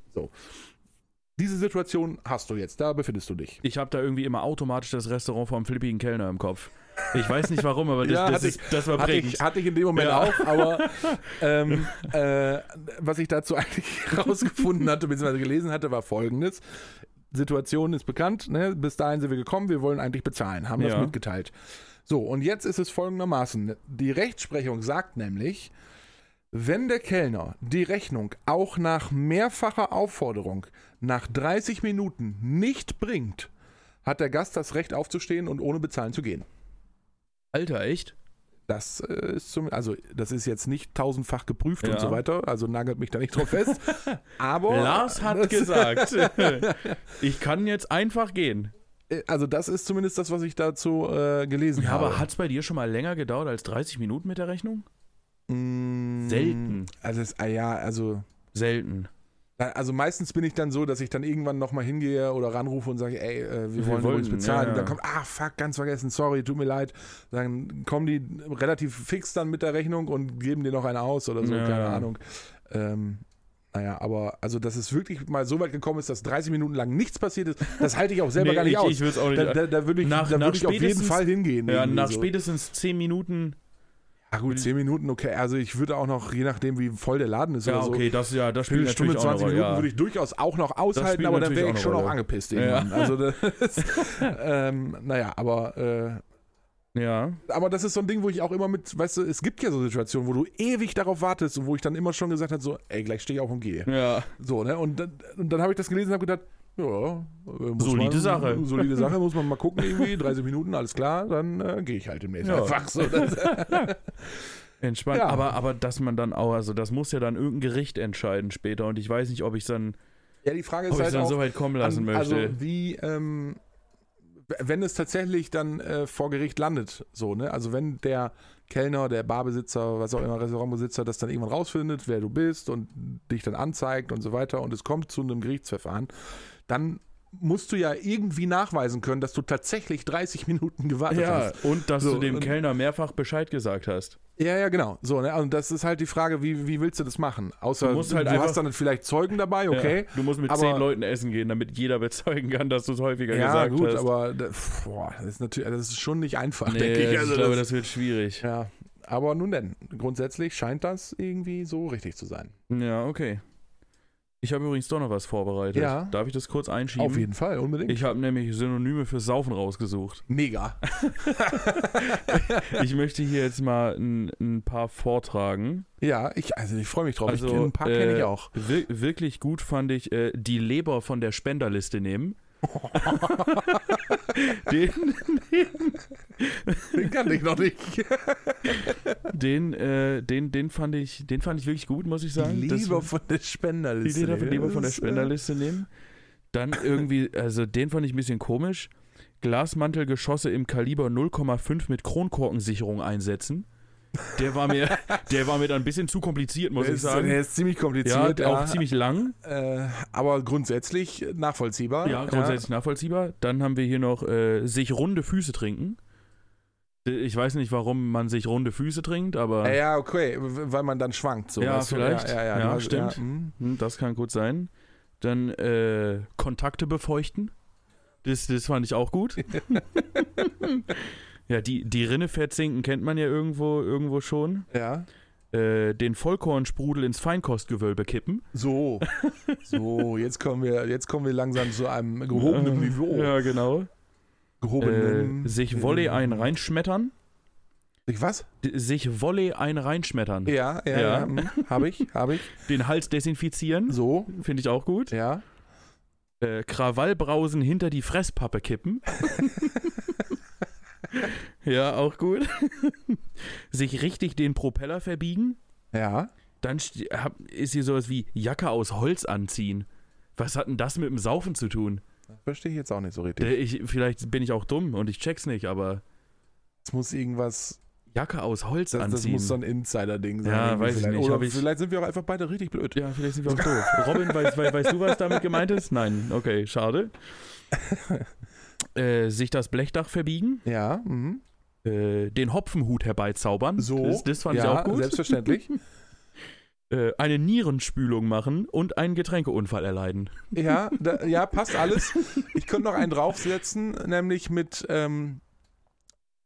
Diese Situation hast du jetzt, da befindest du dich.
Ich habe da irgendwie immer automatisch das Restaurant vom flippigen Kellner im Kopf. Ich weiß nicht warum, aber das,
Ja,
das,
hatte
ist, das war
Hatte
prägend.
ich, hatte ich in dem Moment
Ja.
auch, aber ähm, äh, was ich dazu eigentlich herausgefunden hatte, beziehungsweise gelesen hatte, war folgendes. Situation ist bekannt, ne? bis dahin sind wir gekommen, wir wollen eigentlich bezahlen, haben das
Ja.
mitgeteilt. So, und jetzt ist es folgendermaßen. Die Rechtsprechung sagt nämlich, wenn der Kellner die Rechnung auch nach mehrfacher Aufforderung nach 30 Minuten nicht bringt, hat der Gast das Recht aufzustehen und ohne bezahlen zu gehen.
Alter, echt?
Das äh, ist zum, also das ist jetzt nicht tausendfach geprüft
Ja.
und so weiter, also nagelt mich da nicht drauf fest. Aber
Lars hat
das,
gesagt, ich kann jetzt einfach gehen.
äh, also das ist zumindest das, was ich dazu äh, gelesen
Ja,
habe.
aber hat es bei dir schon mal länger gedauert als 30 Minuten mit der Rechnung?
Mm,
Selten.
Also es, ah ja, also
Selten.
also meistens bin ich dann so, dass ich dann irgendwann nochmal hingehe oder ranrufe und sage, ey, äh, wir,
Wir
wollen,
wollen,
uns bezahlen.
ja,
Und dann
ja.
kommt, ah, fuck, ganz vergessen, sorry, tut mir leid. Dann kommen die relativ fix dann mit der Rechnung und geben dir noch eine aus oder so,
Ja,
keine
ja.
Ahnung. Ähm, naja, aber also, dass es wirklich mal so weit gekommen ist, dass 30 Minuten lang nichts passiert ist, das halte ich auch selber
Nee,
gar nicht
ich,
aus.
Ich würde es auch nicht.
da da, da würde ich,
Nach-
da
nach
würd ich auf jeden
spätestens-
Fall hingehen.
ja,
irgendwie
nach
so.
spätestens 10 Minuten.
Ah, gut, 10 Minuten, okay. Also ich würde auch noch, je nachdem, wie voll der Laden ist
Ja,
oder so,
okay, das, ja, das spielt
Eine
natürlich
Stunde,
auch
20
noch,
Minuten
ja.
würde ich durchaus auch noch
Das
aushalten,
spielt
aber dann
natürlich
wäre ich
auch
schon
eine
auch
Rolle.
angepisst
Ja.
irgendwann. Also das, ähm, naja, aber, äh,
Ja.
aber das ist so ein Ding, wo ich auch immer mit, weißt du, es gibt ja so Situationen, wo du ewig darauf wartest und wo ich dann immer schon gesagt habe, so, ey, gleich stehe ich auf und gehe.
ja.
So, ne? Und dann, und dann habe ich das gelesen und habe gedacht, ja, äh, muss
Solide
man,
Sache.
Solide Sache, muss man mal gucken, irgendwie, 30 Minuten, alles klar, dann äh, gehe ich halt demnächst
Ja.
einfach so. Das,
Entspannt.
Ja.
Aber, aber dass man dann auch, also das muss ja dann irgendein Gericht entscheiden später. Und ich weiß nicht, ob ich es dann,
ja, die Frage ist
ob
halt
ich's dann
auch,
so weit kommen lassen
an-
möchte.
Also wie, ähm, w- wenn es tatsächlich dann äh, vor Gericht landet, so, ne? Also wenn der Kellner, der Barbesitzer, was auch immer, Restaurantbesitzer, das dann irgendwann rausfindet, wer du bist und dich dann anzeigt und so weiter und es kommt zu einem Gerichtsverfahren, dann musst du ja irgendwie nachweisen können, dass du tatsächlich 30 Minuten gewartet
ja,
hast.
und dass
also So,
du dem
und-
Kellner mehrfach Bescheid gesagt hast.
Ja, ja, genau. So, ne? Und das ist halt die Frage, wie, wie willst du das machen? Außer
Du
du,
musst halt einfach-
hast dann vielleicht Zeugen dabei, okay.
Ja, du musst mit
aber-
zehn Leuten essen gehen, damit jeder bezeugen kann, dass du es häufiger
Ja,
gesagt
gut,
hast.
aber da- pff, boah, das ist natürlich, das ist schon nicht einfach,
nee,
denke ich. Also
glaube,
das-
das wird schwierig.
Ja, aber nun denn, grundsätzlich scheint das irgendwie so richtig zu sein.
Ja, okay. Ich habe übrigens doch noch was vorbereitet.
Ja.
Darf ich das kurz einschieben?
Auf jeden Fall, unbedingt.
Ich habe nämlich Synonyme für Saufen rausgesucht.
Mega.
Ich möchte hier jetzt mal ein, ein paar vortragen.
Ja, ich, also ich freue mich drauf.
Also,
ich, ein paar kenne
äh,
ich auch.
Wir wirklich gut fand ich äh, die Leber von der Spenderliste nehmen. den
Den kannte ich noch nicht.
den, äh, den, den, fand ich, den fand ich wirklich gut, muss ich sagen.
Die
Das-
Leber von der
die
Spenderliste.
Lieder von, die wir von der
Das ist, äh,
Spenderliste nehmen. Dann irgendwie, also den fand ich ein bisschen komisch. Glasmantelgeschosse im Kaliber 0,5 mit Kronkorkensicherung einsetzen. Der war mir, der war mir dann ein bisschen zu kompliziert, muss
der
ich
ist,
sagen.
Der ist ziemlich
Ja,
kompliziert.
auch ziemlich lang.
Äh, aber grundsätzlich nachvollziehbar.
Ja, grundsätzlich nachvollziehbar. Dann haben wir hier noch äh, sich runde Füße trinken. Ich weiß nicht, warum man sich runde Füße trinkt, aber
Äh, Ja, ja, okay, w- weil man dann schwankt. So,
Ja,
weißt du?
vielleicht.
Ja, ja, ja,
Ja,
du hast-
stimmt.
Ja, hm.
Hm, Das kann gut sein. Dann äh, Kontakte befeuchten. Das, das fand ich auch gut. ja, die, die Rinne verzinken kennt man ja irgendwo, irgendwo schon.
ja.
Äh, den Vollkornsprudel ins Feinkostgewölbe kippen.
So, so, jetzt kommen wir, jetzt kommen wir langsam zu einem gehobenen
Äh,
Niveau.
Ja, genau.
Gehobenen.
Äh, sich Volley ein reinschmettern.
Sich was?
D- Sich Volley ein reinschmettern.
Ja, ja,
Ja.
ja. hm, Habe ich, habe ich.
Den Hals desinfizieren.
So,
Finde ich auch gut.
ja.
Äh, Krawallbrausen hinter die Fresspappe kippen. ja, auch gut. Sich richtig den Propeller verbiegen.
Ja.
Dann st- hab- ist hier sowas wie Jacke aus Holz anziehen. Was hat denn das mit dem Saufen zu tun?
Verstehe ich jetzt auch nicht so richtig.
Äh, Ich, vielleicht bin ich auch dumm und ich check's nicht, aber
Das muss irgendwas,
Jacke aus Holz
das, das
anziehen.
muss so ein Insider-Ding sein.
Ja,
irgendwie
weiß ich
vielleicht.
nicht, hab
Oder
ich-
vielleicht sind wir auch einfach beide richtig blöd.
ja, vielleicht sind wir auch doof. Robin, weißt, wei- weißt du, was damit gemeint ist? Nein, okay, schade. Äh, sich das Blechdach verbiegen.
Ja, mhm.
äh, den Hopfenhut herbeizaubern.
so.
Das, das fand
ja,
ich auch gut.
selbstverständlich.
Äh, eine Nierenspülung machen und einen Getränkeunfall erleiden.
ja, da, ja, passt alles. Ich könnte noch einen draufsetzen, nämlich mit ähm,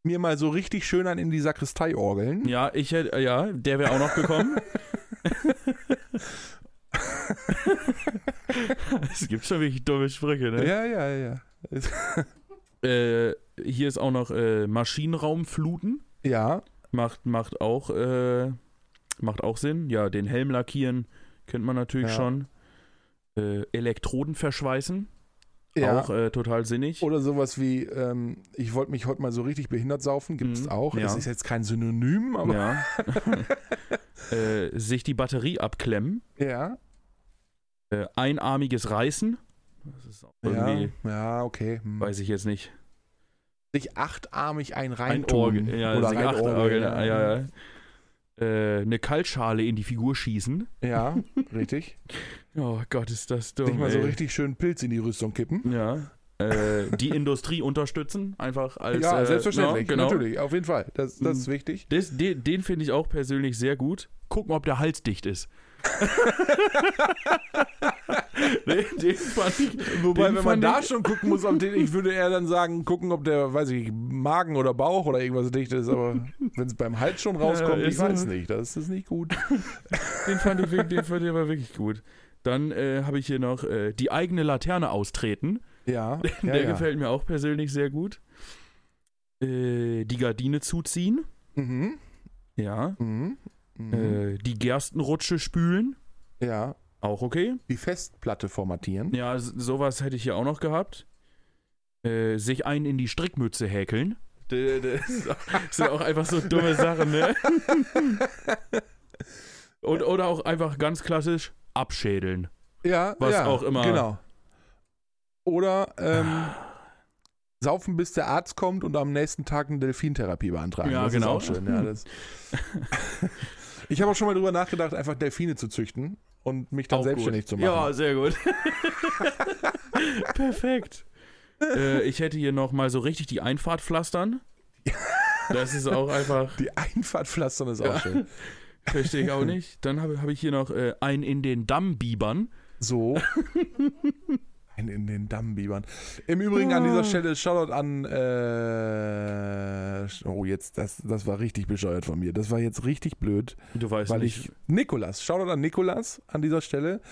mir mal so richtig schön an in die Sakristei orgeln.
Ja, ich hätte, ja, der wäre auch noch gekommen. es gibt schon wirklich dumme Sprüche, ne?
Ja, ja, ja.
Äh, hier ist auch noch äh, Maschinenraumfluten.
Ja,
Macht, macht auch, äh, macht auch Sinn. Ja, den Helm lackieren kennt man natürlich
Ja.
schon. Äh, Elektroden verschweißen.
Ja. Oh,
Auch äh, total sinnig.
Oder sowas wie, ähm, ich wollte mich heute mal so richtig behindert saufen, gibt es
Mhm,
auch.
ja.
Das ist jetzt kein Synonym, aber
Ja. äh, sich die Batterie abklemmen.
ja.
Äh, einarmiges Reißen. Das ist auch
Ja,
irgendwie,
ja okay. Hm.
weiß ich jetzt nicht.
Sich achtarmig ein
Ein
reintun.
Orgel. Ja,
oder
sich
ein
acht
Orgel,
Orgeln,
ja.
ja, ja. Äh, eine Kaltschale in die Figur schießen.
Ja, richtig.
Oh Gott, ist das dumm.
Sich mal so
ey.
richtig schön Pilz in die Rüstung kippen.
Ja. Äh, die Industrie unterstützen, einfach als.
ja,
äh,
selbstverständlich.
ja, genau.
Natürlich, auf jeden Fall. Das, das ist wichtig.
Das, den den finde ich auch persönlich sehr gut. Gucken, ob der Hals dicht ist. den, den fand ich,
Wobei,
den
wenn man
fand
da
ich,
schon gucken muss, ob den, ich würde eher dann sagen, gucken, ob der, weiß ich, Magen oder Bauch oder irgendwas dicht ist, aber wenn es beim Hals schon rauskommt,
Ja,
ich
ist
weiß
so.
nicht, das ist nicht gut.
den fand ich wirklich, den fand ich aber wirklich gut. Dann äh, habe ich hier noch äh, die eigene Laterne austreten.
Ja, ja,
Der
ja.
gefällt mir auch persönlich sehr gut. Äh, die Gardine zuziehen.
Mhm.
Ja.
Mhm. Mhm.
Äh, die Gerstenrutsche spülen.
ja,
Auch okay.
die Festplatte formatieren.
Äh. Ja, s- sowas hätte ich hier auch noch gehabt. Äh, sich einen in die Strickmütze häkeln. D- d- Das sind auch einfach so dumme Sachen, ne? Und, oder auch einfach ganz klassisch abschädeln.
Ja,
Was
ja,
auch immer. Ah.
Genau. Oder ähm, saufen, bis der Arzt kommt und am nächsten Tag eine Delfintherapie beantragen.
Ja,
das
genau.
Ist auch schön. Ja, das ich habe auch schon mal drüber nachgedacht, einfach Delfine zu züchten und mich dann
Auch
selbstständig
gut.
zu machen.
Ja, sehr gut. Perfekt. Äh, ich hätte hier noch mal so richtig die Einfahrt pflastern. Das ist auch einfach,
Die Einfahrt pflastern ist auch schön.
verstehe ich auch nicht. Dann habe hab ich hier noch äh, einen in den Damm biebern.
So. Ein in den Damm biebern. Im Übrigen an dieser Stelle Shoutout an. Äh, oh, jetzt, das, das war richtig bescheuert von mir. Das war jetzt richtig blöd.
Du weißt
weil
nicht.
ich Nikolas, Shoutout an Nikolas an dieser Stelle,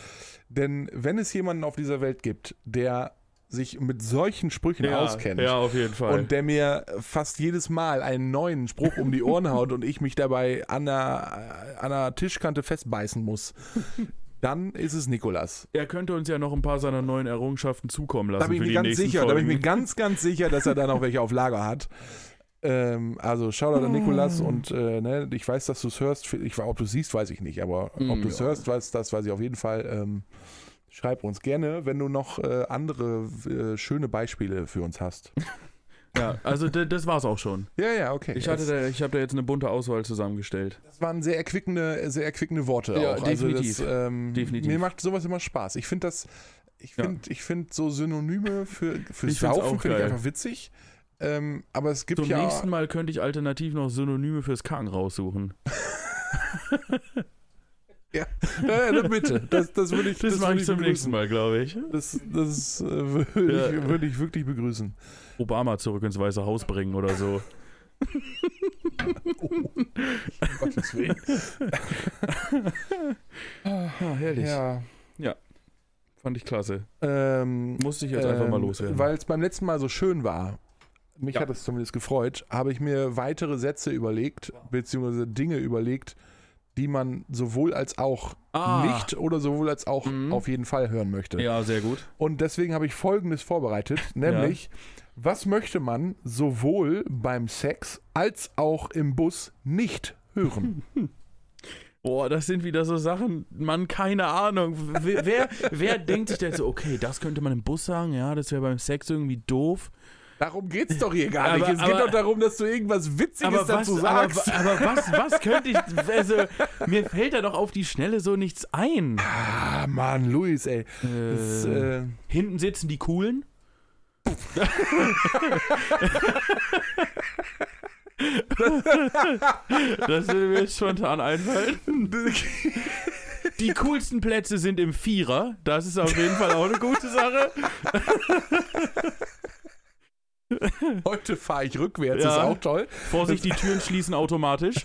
denn wenn es jemanden auf dieser Welt gibt, der sich mit solchen Sprüchen auskennt
Ja, auf jeden Fall.
und der mir fast jedes Mal einen neuen Spruch um die Ohren haut und ich mich dabei an einer, an einer Tischkante festbeißen muss, dann ist es Nikolas.
er könnte uns ja noch ein paar seiner neuen Errungenschaften zukommen lassen.
Da bin ich
für
mir
die
ganz
nächsten
sicher, da
Folgen.
bin ich mir ganz, ganz sicher, dass er da noch welche auf Lager hat. Ähm, also Shoutout an
Mm.
Nikolas und äh, ne, ich weiß, dass du es hörst. Ich, ob du es siehst, weiß ich nicht, aber ob
Mm,
du es
ja.
hörst, weiß, das weiß ich auf jeden Fall. Ähm, schreib uns gerne, wenn du noch äh, andere äh, schöne Beispiele für uns hast.
ja, also d- das war's auch schon.
Ja, ja, okay.
Ich, hatte
das,
da, ich habe da jetzt eine bunte Auswahl zusammengestellt.
das waren sehr erquickende, sehr erquickende Worte
Ja,
auch.
definitiv.
Also das, ähm,
Definitiv.
Mir macht sowas immer Spaß. Ich finde das, ich
Ja.
finde, ich finde so Synonyme für, für
Ich find's
Saufen
auch
finde ich
geil.
einfach witzig. Ähm, aber es gibt
Zum
ja
nächsten Mal könnte ich alternativ noch Synonyme fürs Kacken raussuchen.
Ja, ja, Äh, bitte. Das, das würde ich,
Das, mache
würde
ich zum
begrüßen.
nächsten Mal, glaube ich.
Das, das äh, würde ich,
Ja.
würde ich wirklich begrüßen.
Obama zurück ins Weiße Haus bringen oder so.
Um Gottes Willen.
Ah, herrlich.
Ja.
Fand ich klasse.
Ähm,
Musste ich jetzt einfach mal
ähm,
loswerden.
Weil es beim letzten Mal so schön war, mich
Ja.
hat es zumindest gefreut, habe ich mir weitere Sätze überlegt, beziehungsweise Dinge überlegt, die man sowohl als auch
Ah.
nicht oder sowohl als auch
Mhm.
auf jeden Fall hören möchte.
ja, sehr gut.
Und deswegen habe ich Folgendes vorbereitet, nämlich, was möchte man sowohl beim Sex als auch im Bus nicht hören?
Boah, das sind wieder so Sachen, Mann, keine Ahnung. Wer, wer, wer denkt sich denn so, okay, das könnte man im Bus sagen, ja, das wäre beim Sex irgendwie doof.
Darum geht's doch hier gar
Aber-
nicht. Es geht
aber-
doch darum, dass du irgendwas Witziges
aber was,
dazu
aber,
sagst.
aber was, was könnte ich, also, mir fällt da doch auf die Schnelle so nichts ein.
ah, Mann, Luis, ey. Das, äh,
Hinten sitzen die Coolen. das würde mir jetzt spontan einfallen. Die coolsten Plätze sind im Vierer. Das ist auf jeden Fall auch eine gute Sache.
heute fahre ich rückwärts,
Ja.
ist auch toll.
Vorsicht, die Türen schließen automatisch.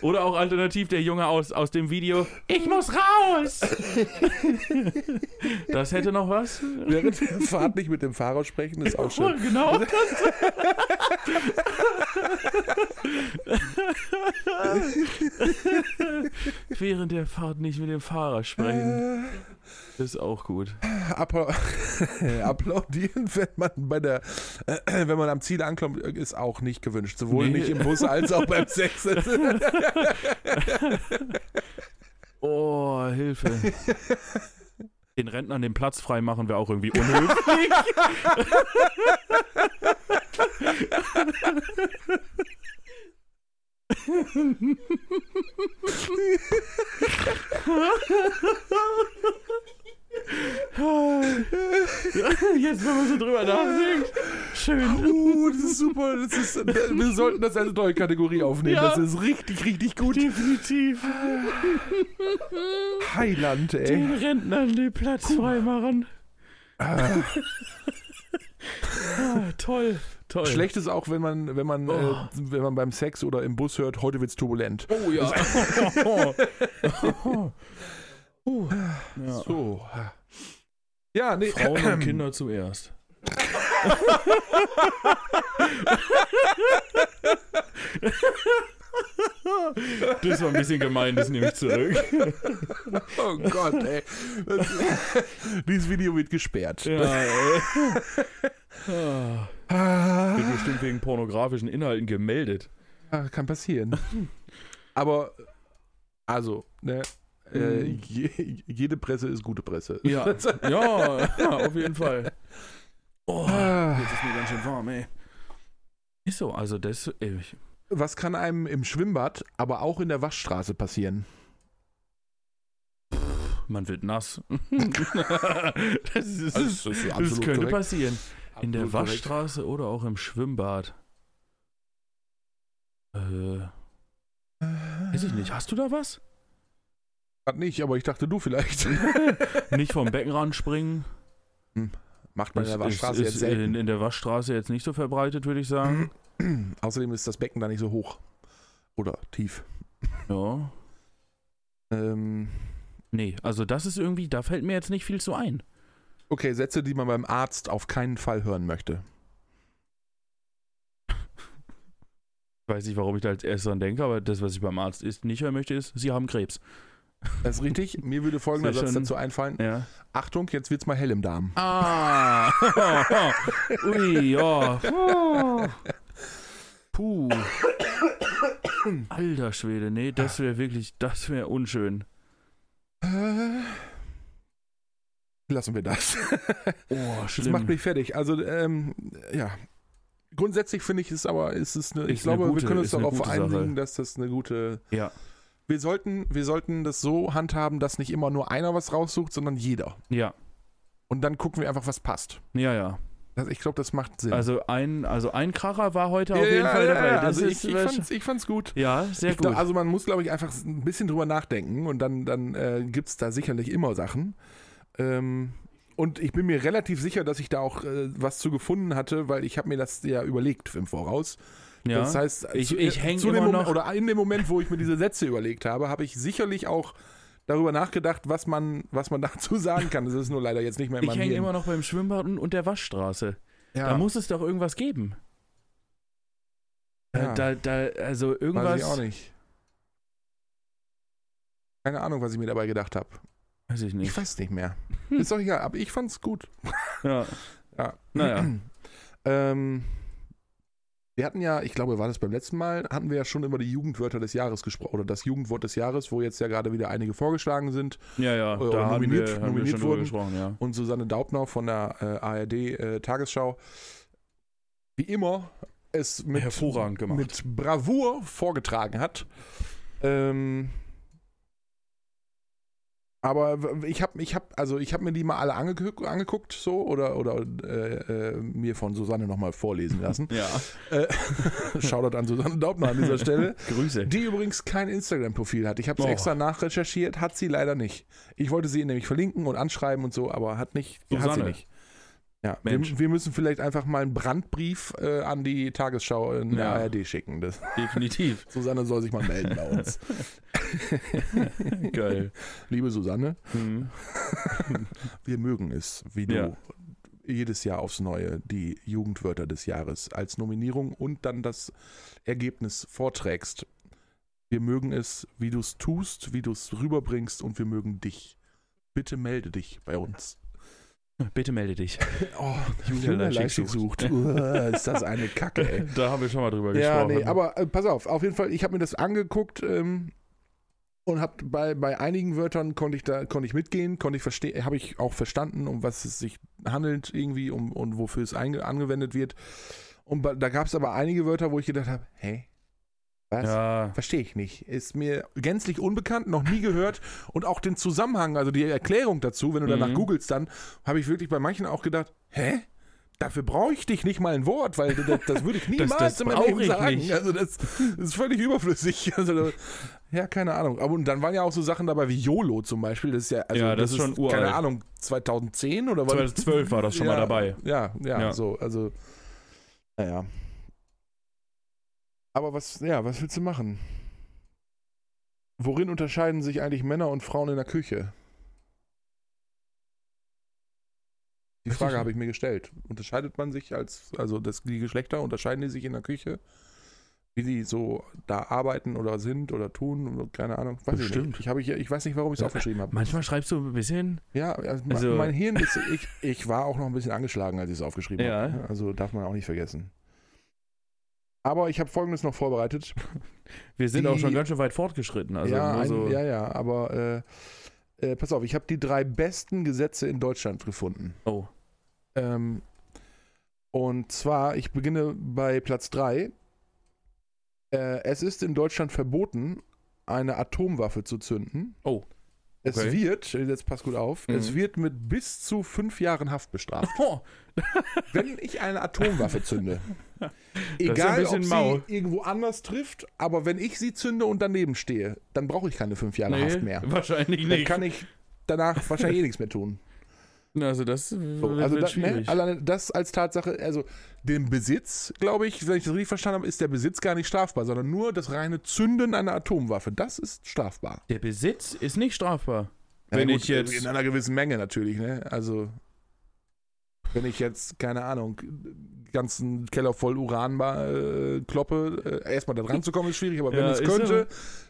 Oder auch alternativ der Junge aus, aus dem Video, ich muss raus! das hätte noch was.
Während der Fahrt nicht mit dem Fahrer sprechen, ist auch
Oh,
schön.
genau. Während der Fahrt nicht mit dem Fahrer sprechen. Ist auch gut.
Appla Applaudieren, wenn man bei der, äh, wenn man am Ziel ankommt, ist auch nicht gewünscht. Sowohl
Nee.
nicht im Bus als auch beim Sex.
Oh, Hilfe. Den Rentnern den Platz frei machen wir auch irgendwie unhöflich. Jetzt, wenn man so drüber nachdenkt. Schön.
Uh, das ist super. Das ist, wir sollten das als neue Kategorie aufnehmen.
Ja.
Das ist richtig, richtig gut.
Definitiv.
Heiland, ey.
Den Rentnern den Platz frei machen.
Ah.
Ah, toll, toll.
Schlecht ist auch, wenn man, wenn man,
Oh.
äh, wenn man beim Sex oder im Bus hört, heute wird's turbulent.
Oh ja. uh. ja.
So. Ja, nee.
Frauen und Kinder zuerst. Das war ein bisschen gemein, das nehme ich zurück.
Oh Gott, ey. Das, dieses Video wird gesperrt.
Ja, ey. Ah,
Ah,
Wird bestimmt wegen pornografischen Inhalten gemeldet.
kann passieren. Aber, also, ne. Äh,
Mhm.
je, jede Presse ist gute Presse.
Ja, ja, auf jeden Fall. Oh,
Ah.
jetzt ist mir ganz schön warm, ey. Ist so, also das, ey, ich-
Was kann einem im Schwimmbad, aber auch in der Waschstraße passieren?
man wird nass. das
Also,
ist,
das ist
das
absolut
könnte
korrekt.
passieren. In der
Absolut korrekt.
Waschstraße oder auch im Schwimmbad. Äh, weiß ich nicht. Hast du da was?
Grad nicht, aber ich dachte, du vielleicht.
Nicht vom Beckenrand springen.
Macht man in
Das
der Waschstraße
ist,
jetzt
ist
selten.
in, in der Waschstraße jetzt nicht so verbreitet, würde ich sagen.
Außerdem ist das Becken da nicht so hoch. Oder tief. Mhm.
ja.
Ähm,
Nee, also das ist irgendwie, da fällt mir jetzt nicht viel zu ein.
okay, Sätze, die man beim Arzt auf keinen Fall hören möchte.
Weiß nicht, warum ich da als erstes dran denke, aber das, was ich beim Arzt ist, nicht hören möchte, ist, sie haben Krebs.
Das ist richtig. Mir würde folgender
Sehr
Satz
schön.
dazu einfallen.
Ja.
Achtung, jetzt wird's mal hell im Darm.
Ah! Ui, ja. Puh. Puh. Alter Schwede, nee, das
Ah.
wäre wirklich, das wäre unschön.
Äh, Lassen wir das.
Oh,
Das macht
schlimm.
mich fertig. Also, ähm, ja. Grundsätzlich finde ich es aber, ist es eine, ich
Ist eine
glaube,
gute-
wir können uns
ist eine
darauf
gute Sache.
einigen, dass das eine gute.
Ja.
Wir sollten, wir sollten das so handhaben, dass nicht immer nur einer was raussucht, sondern jeder.
Ja,
Und dann gucken wir einfach, was passt.
ja, ja.
Das, ich glaube, das macht Sinn.
Also ein, also ein Kracher war heute auf
Ja,
jeden
ja,
Fall
ja,
dabei.
ja,
Das
also
ist,
ich, ich, fand's, ich fand's gut.
ja, sehr
Ich glaub,
gut.
also man muss, glaube ich, einfach ein bisschen drüber nachdenken und dann, dann äh, gibt es da sicherlich immer Sachen. Ähm, und ich bin mir relativ sicher, dass ich da auch äh, was zu gefunden hatte, weil ich habe mir das ja überlegt im Voraus.
ja.
Das heißt, äh,
Ich-
zu,
ich häng
zu dem
immer
Moment,
noch-
oder in dem Moment, wo ich mir diese Sätze überlegt habe, habe ich sicherlich auch darüber nachgedacht, was man, was man dazu sagen kann. Das ist nur leider jetzt nicht mehr in
ich
meinem
hänge
Hirn.
immer noch beim Schwimmbad und und der Waschstraße.
ja.
Da muss es doch irgendwas geben.
Ja.
Da, da, also irgendwas.
Weiß ich auch nicht. Keine Ahnung, was ich mir dabei gedacht habe.
Weiß ich
Ich
nicht. Hm.
weiß nicht mehr. Ist doch egal, aber ich fand's gut.
Ja.
Ja.
Naja.
ähm, wir hatten ja, ich glaube, war das beim letzten Mal, hatten wir ja schon über die Jugendwörter des Jahres gesprochen, oder das Jugendwort des Jahres, wo jetzt ja gerade wieder einige vorgeschlagen sind.
Ja, ja,
Oder
da haben
nominiert-
wir, haben
nominiert
wir schon drüber
wurden.
gesprochen, ja.
Und Susanne Daubner von der äh, ARD-Tagesschau, wie immer, es mit,
Hervorragend gemacht.
mit Bravour vorgetragen hat. Ähm, aber w- ich habe ich hab, also ich hab mir die mal alle angeguckt, angeguckt so, oder, oder äh, äh, mir von Susanne nochmal vorlesen lassen.
Ja.
Äh, Shoutout an Susanne Daubner an dieser Stelle.
Grüße.
Die übrigens kein Instagram-Profil hat. Ich habe es
Oh.
extra nachrecherchiert, hat sie leider nicht. Ich wollte sie nämlich verlinken und anschreiben und so, aber hat nicht. Hat sie
Susanne.
nicht. Ja,
Mensch.
wir, wir müssen vielleicht einfach mal einen Brandbrief äh, an die Tagesschau in der
Ja.
ARD schicken. Das,
Definitiv.
Susanne soll sich mal melden bei uns.
Geil.
Liebe Susanne,
Mhm.
wir mögen es, wie du
Ja.
jedes Jahr aufs Neue die Jugendwörter des Jahres als Nominierung und dann das Ergebnis vorträgst. Wir mögen es, wie du es tust, wie du es rüberbringst und wir mögen dich. Bitte melde dich bei uns.
Bitte melde dich.
Oh,
Julia Leischig
sucht. Uah, ist das eine Kacke, ey.
Da haben wir schon mal drüber
Ja,
gesprochen.
nee, aber äh, pass auf, auf jeden Fall, ich habe mir das angeguckt ähm, und hab bei, bei einigen Wörtern konnte ich da konnte ich mitgehen, konnte ich verstehen, habe ich auch verstanden, um was es sich handelt irgendwie um, und wofür es einge angewendet wird. Und ba- da gab es aber einige Wörter, wo ich gedacht habe, hä? Was?
Ja,
Verstehe ich nicht. Ist mir gänzlich unbekannt, noch nie gehört. Und auch den Zusammenhang, also die Erklärung dazu, wenn du danach
Mhm.
googelst, dann habe ich wirklich bei manchen auch gedacht, hä? Dafür brauche ich dich nicht mal ein Wort, weil das, das würde ich
Das-
niemals
das
in meinem
brauch
Leben
ich
sagen.
nicht.
Also das, das ist völlig überflüssig. Also, da- ja, keine Ahnung. Aber und dann waren ja auch so Sachen dabei wie YOLO zum Beispiel. Das ist ja, also,
Ja, das ist schon uralt.
keine Ahnung, 2010 oder was?
2012 war das schon mal
Ja,
dabei.
Ja, ja,
Ja.
so, also, naja. Aber was, ja, was willst du machen? Worin unterscheiden sich eigentlich Männer und Frauen in der Küche? Die
Weiß
Frage
ich-
habe ich mir gestellt. Unterscheidet man sich als, also das, die Geschlechter, unterscheiden die sich in der Küche? Wie die so da arbeiten oder sind oder tun, oder keine Ahnung. Weiß Ich,
Bestimmt.
nicht. Ich, habe hier, ich weiß nicht, warum ich es
Ja,
aufgeschrieben habe.
Manchmal schreibst du ein bisschen.
Ja, also me-
Also-
mein Hirn ist. Ich, ich war auch noch ein bisschen angeschlagen, als ich es aufgeschrieben
Ja.
habe. Also darf man auch nicht vergessen. Aber ich habe folgendes noch vorbereitet.
Wir sind
Die-
auch schon ganz schön weit fortgeschritten. Also
ja,
nur
ein,
so,
ja, ja, aber äh, äh, pass auf, ich habe die drei besten Gesetze in Deutschland gefunden.
Oh,
Ähm, und zwar, ich beginne bei Platz 3. Äh, es ist in Deutschland verboten, eine Atomwaffe zu zünden.
Oh.
Es
Okay.
wird, jetzt pass gut auf,
Mhm.
es wird mit bis zu fünf Jahren Haft bestraft.
oh
wenn ich eine Atomwaffe zünde,
ist ein
egal
bisschen
ob sie
mau.
irgendwo anders trifft, aber wenn ich sie zünde und daneben stehe, dann brauche ich keine fünf Jahre Haft mehr.
wahrscheinlich
Dann
nicht.
kann ich danach wahrscheinlich eh nichts mehr tun.
also das
So,
wird,
also
wird
das, ne,
schwierig.
alleine das als Tatsache, also den Besitz, glaube ich, wenn ich das richtig verstanden habe, ist der Besitz gar nicht strafbar, sondern nur das reine Zünden einer Atomwaffe. Das ist strafbar.
Der Besitz ist nicht strafbar.
Ja,
Wenn
gut,
ich jetzt-
In einer gewissen Menge natürlich, ne? Also, wenn ich jetzt, keine Ahnung, ganzen Keller voll Uran mal, äh, kloppe, äh, erstmal da dran zu kommen ist schwierig, aber wenn
Ja,
es
ist
könnte,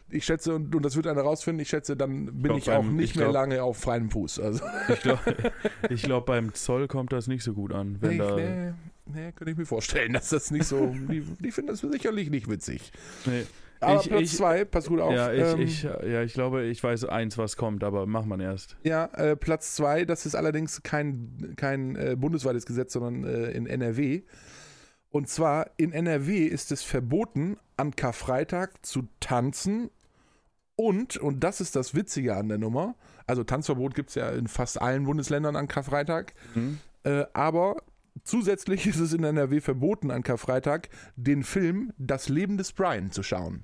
ich schätze, und, und das wird einer rausfinden, ich schätze, dann bin
glaub,
ich auch
beim-
nicht
ich
mehr
glaub-
lange auf freiem Fuß. Also,
Ich glaube, ich glaub, beim Zoll kommt das nicht so gut an. Wenn
ich,
da,
nee, nee, könnte ich mir vorstellen, dass das nicht so, die, die finden das sicherlich nicht witzig.
Nee.
Aber
Ich-
Platz
ich-
2, pass gut auf.
ja, ich,
ähm,
ich, ja, ich glaube, ich weiß eins, was kommt, aber mach man erst.
Ja, äh, Platz 2, das ist allerdings kein, kein äh, bundesweites Gesetz, sondern äh, in NRW. Und zwar in NRW ist es verboten, an Karfreitag zu tanzen und, und das ist das Witzige an der Nummer, also Tanzverbot gibt es ja in fast allen Bundesländern an Karfreitag,
Hm?
äh, aber zusätzlich ist es in NRW verboten, an Karfreitag den Film Das Leben des Brian zu schauen.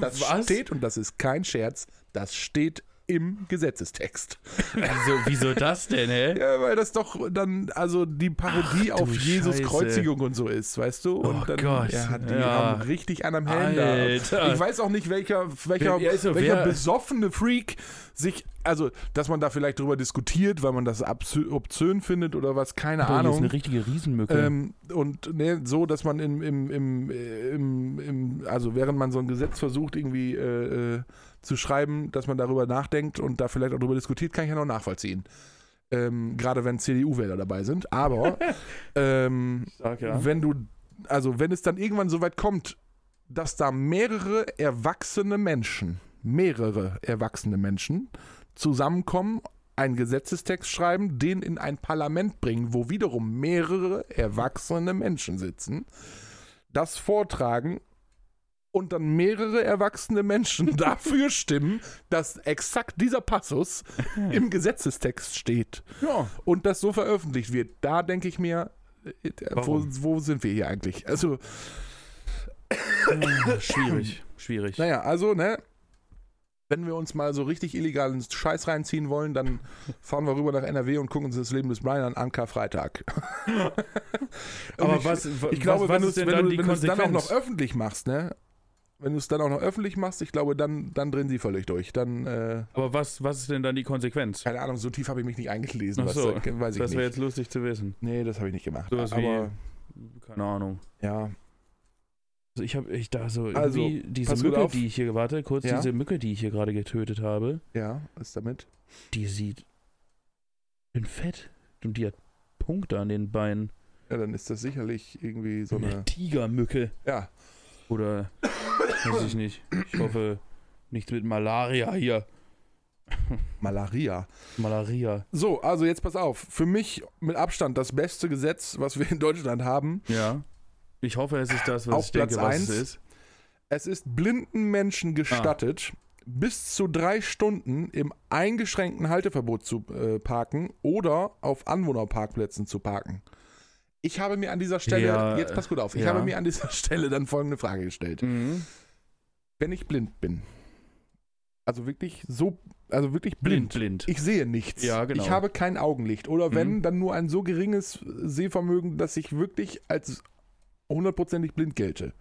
Das
Was?
steht, und das ist kein Scherz, das steht im Gesetzestext.
Wieso, Also, wieso das denn, hä?
Ja, weil das doch dann, also die Parodie
Ach, du
auf Jesus
Scheiße.
Kreuzigung und so ist, weißt du? Und
Oh
dann,
Gott,
Ja, die
ja.
haben richtig einen am Helm
Alter.
da. Ich weiß auch nicht, welcher, welcher,
Wer- ja, ist so,
welcher
wer-
besoffene Freak sich, also, dass man da vielleicht drüber diskutiert, weil man das absö- obszön findet oder was, keine
Boah, hier ist
Ahnung.
eine richtige Riesenmücke.
Ähm, und ne, so, dass man im, im, im, äh, im, im, also während man so ein Gesetz versucht, irgendwie äh, äh, zu schreiben, dass man darüber nachdenkt und da vielleicht auch darüber diskutiert, kann ich ja noch nachvollziehen. Ähm, Gerade wenn CDU-Wähler dabei sind. Aber ähm,
Stark, ja.
wenn du, also wenn es dann irgendwann so weit kommt, dass da mehrere erwachsene Menschen, mehrere erwachsene Menschen zusammenkommen, einen Gesetzestext schreiben, den in ein Parlament bringen, wo wiederum mehrere erwachsene Menschen sitzen, das vortragen und dann mehrere erwachsene Menschen dafür stimmen, dass exakt dieser Passus im Gesetzestext steht
ja.
und das so veröffentlicht wird, da denke ich mir, äh, wo,
Warum?
wo sind wir hier eigentlich? Also,
Schwierig, schwierig.
naja, also, ne? wenn wir uns mal so richtig illegalen Scheiß reinziehen wollen, dann fahren wir rüber nach NRW und gucken uns das Leben des Brian an, an Karfreitag.
Aber
ich,
was,
ich glaube,
was,
wenn du es
was ist denn dann die
dann auch noch
Konsequenz?
öffentlich machst, ne? Wenn du es dann auch noch öffentlich machst, ich glaube, dann, dann drehen sie völlig durch. Dann, äh,
Aber was, was ist denn dann die Konsequenz?
keine Ahnung, so tief habe ich mich nicht eingelesen.
Ach
Was,
so,
äh, weiß ich
Das wäre
nicht.
jetzt lustig zu wissen.
Nee, das habe ich nicht gemacht.
Sowas wie-
Aber
Keine Ahnung.
ja,
Also ich habe ich da so
Also,
irgendwie diese
pass gut
Mücke,
auf.
die ich hier warte, kurz
Ja.
diese Mücke, die ich hier gerade getötet habe,
ja, ist damit.
die sieht bin fett und die hat Punkte an den Beinen.
Ja, dann ist das sicherlich irgendwie so
eine
eine.
Tigermücke
Ja.
oder weiß ich nicht. Ich hoffe nichts mit Malaria hier.
Malaria.
Malaria.
So, also jetzt pass auf. Für mich mit Abstand das beste Gesetz, was wir in Deutschland haben.
Ja. Ich hoffe, es ist das, was
Auf
ich denke,
Platz
was
eins.
es ist.
Es ist blinden
Ah.
Menschen gestattet, bis zu drei Stunden im eingeschränkten Halteverbot zu äh, parken oder auf Anwohnerparkplätzen zu parken. Ich habe mir an dieser Stelle,
Ja,
jetzt pass gut auf, ich
ja.
habe mir an dieser Stelle dann folgende Frage gestellt.
Mhm.
Wenn ich blind bin, also wirklich so, also wirklich blind,
Blind, blind.
Ich sehe nichts.
Ja, genau.
Ich habe kein Augenlicht. Oder wenn,
Mhm.
dann nur ein so geringes Sehvermögen, dass ich wirklich als hundertprozentig blind gelte.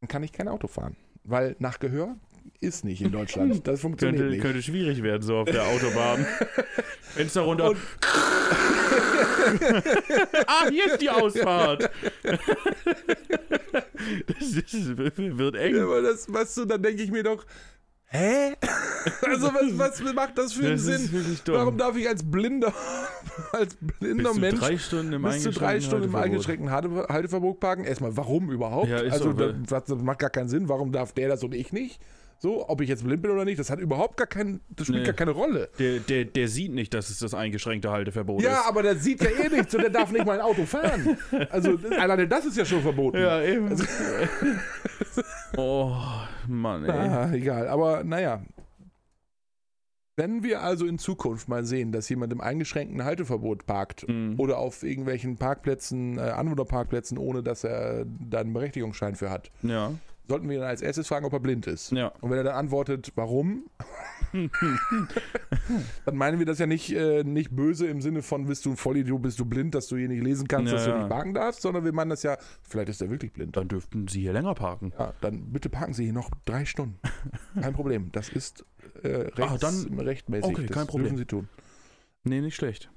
Dann kann ich kein Auto fahren. Weil nach Gehör ist nicht in Deutschland. Das funktioniert
könnte,
nicht.
könnte schwierig werden, so auf der Autobahn. Fenster runter.
Und-
ah, hier ist die Ausfahrt. das ist, wird eng.
Aber das, weißt du, dann denke ich mir doch, hä? also was, was macht das für einen
Das ist
Sinn?
wirklich dumm.
Warum darf ich als blinder, als blinder
Bist du
Mensch
drei Stunden im
Bis zu drei
eingeschränkten
Stunden im
Halteverbot?
eingeschränkten Halte- Halteverbot parken. Erstmal, warum überhaupt?
Ja, ist
also,
so, ne?
das, das macht gar keinen Sinn. Warum darf der das und ich nicht? So, ob ich jetzt blind bin oder nicht, das hat überhaupt gar keinen, das spielt
Nee.
gar keine Rolle.
Der, der, der sieht nicht, dass es das eingeschränkte Halteverbot
Ja,
ist.
aber der sieht ja eh nichts und der darf nicht mal ein Auto fahren. Also, alleine das ist ja schon verboten.
eben.
Also-
oh, Mann, ey.
Ah, egal, aber naja. Wenn wir also in Zukunft mal sehen, dass jemand im eingeschränkten Halteverbot parkt
Mhm.
oder auf irgendwelchen Parkplätzen, äh, Anwohnerparkplätzen, ohne dass er da einen Berechtigungsschein für hat,
Ja,
sollten wir ihn als erstes fragen, ob er blind ist.
ja.
Und wenn er dann antwortet, warum, dann meinen wir das ja nicht, äh, nicht böse im Sinne von, bist du ein Vollidiot, bist du blind, dass du hier nicht lesen kannst,
Ja,
dass du
ja.
nicht parken darfst, sondern wir meinen das ja, vielleicht ist er wirklich blind.
Dann dürften sie hier länger parken.
Ja, dann bitte parken Sie hier noch drei Stunden. Kein Problem, das ist äh,
Ah,
rechts,
dann-
rechtmäßig.
okay,
das
kein Problem.
dürfen Sie tun.
Nee, nicht schlecht.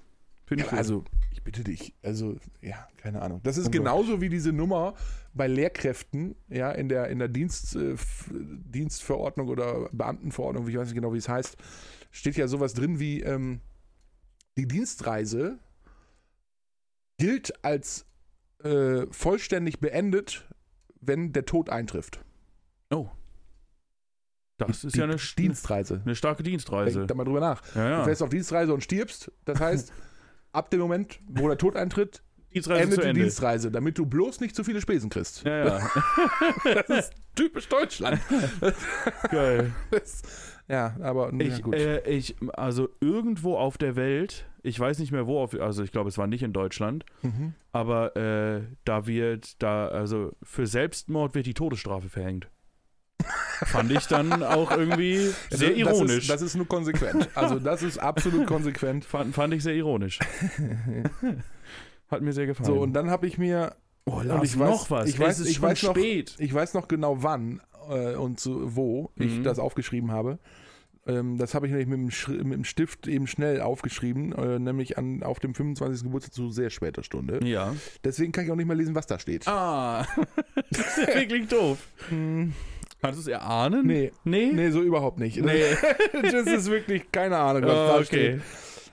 Finde
Ja,
ich gut.
also, ich bitte dich. Also, ja, keine Ahnung. Das ist
Also-
genauso wie diese Nummer bei Lehrkräften, ja, in der, in der Dienst, äh, F- Dienstverordnung oder Beamtenverordnung, ich weiß nicht genau, wie es heißt, steht ja sowas drin wie ähm, die Dienstreise gilt als äh, vollständig beendet, wenn der Tod eintrifft.
das ist
die
ja eine, st-
Dienstreise.
eine starke Dienstreise.
Denk da mal drüber nach. Du
Ja, ja.
fährst auf Dienstreise und stirbst. Das heißt, ab dem Moment, wo der Tod eintritt,
Dienstreise
endet
zu
die
Ende.
Dienstreise, damit du bloß nicht zu viele Spesen kriegst.
Ja, ja.
Das ist typisch Deutschland.
Geil.
Das, ja, aber na
Ich,
gut.
äh, ich, also irgendwo auf der Welt, ich weiß nicht mehr wo, auf, also ich glaube, es war nicht in Deutschland,
mhm.
aber äh, da wird, da, also für Selbstmord wird die Todesstrafe verhängt. Fand ich dann auch irgendwie sehr
Also Das- das
ironisch.
Ist, das ist nur konsequent. Also das ist absolut konsequent.
fand, fand ich sehr ironisch. Hat mir sehr gefallen.
So, und dann habe ich mir,
oh,
und ich weiß-
noch was.
ich weiß-
es ist
ich
schon
weiß noch-
spät.
ich weiß noch genau wann äh, und zu, wo ich
Mhm.
das aufgeschrieben habe. Ähm, das habe ich nämlich mit dem, Schri- mit dem Stift eben schnell aufgeschrieben, äh, nämlich an, auf dem 25. Geburtstag zu sehr später Stunde.
Ja.
Deswegen kann ich auch nicht mehr lesen, was da steht.
Ah, das ist ja wirklich doof.
Hm,
Kannst du es erahnen?
Nee.
Nee?
nee, so überhaupt nicht.
Nee.
Das ist wirklich keine Ahnung, was
Oh,
da steht.
okay.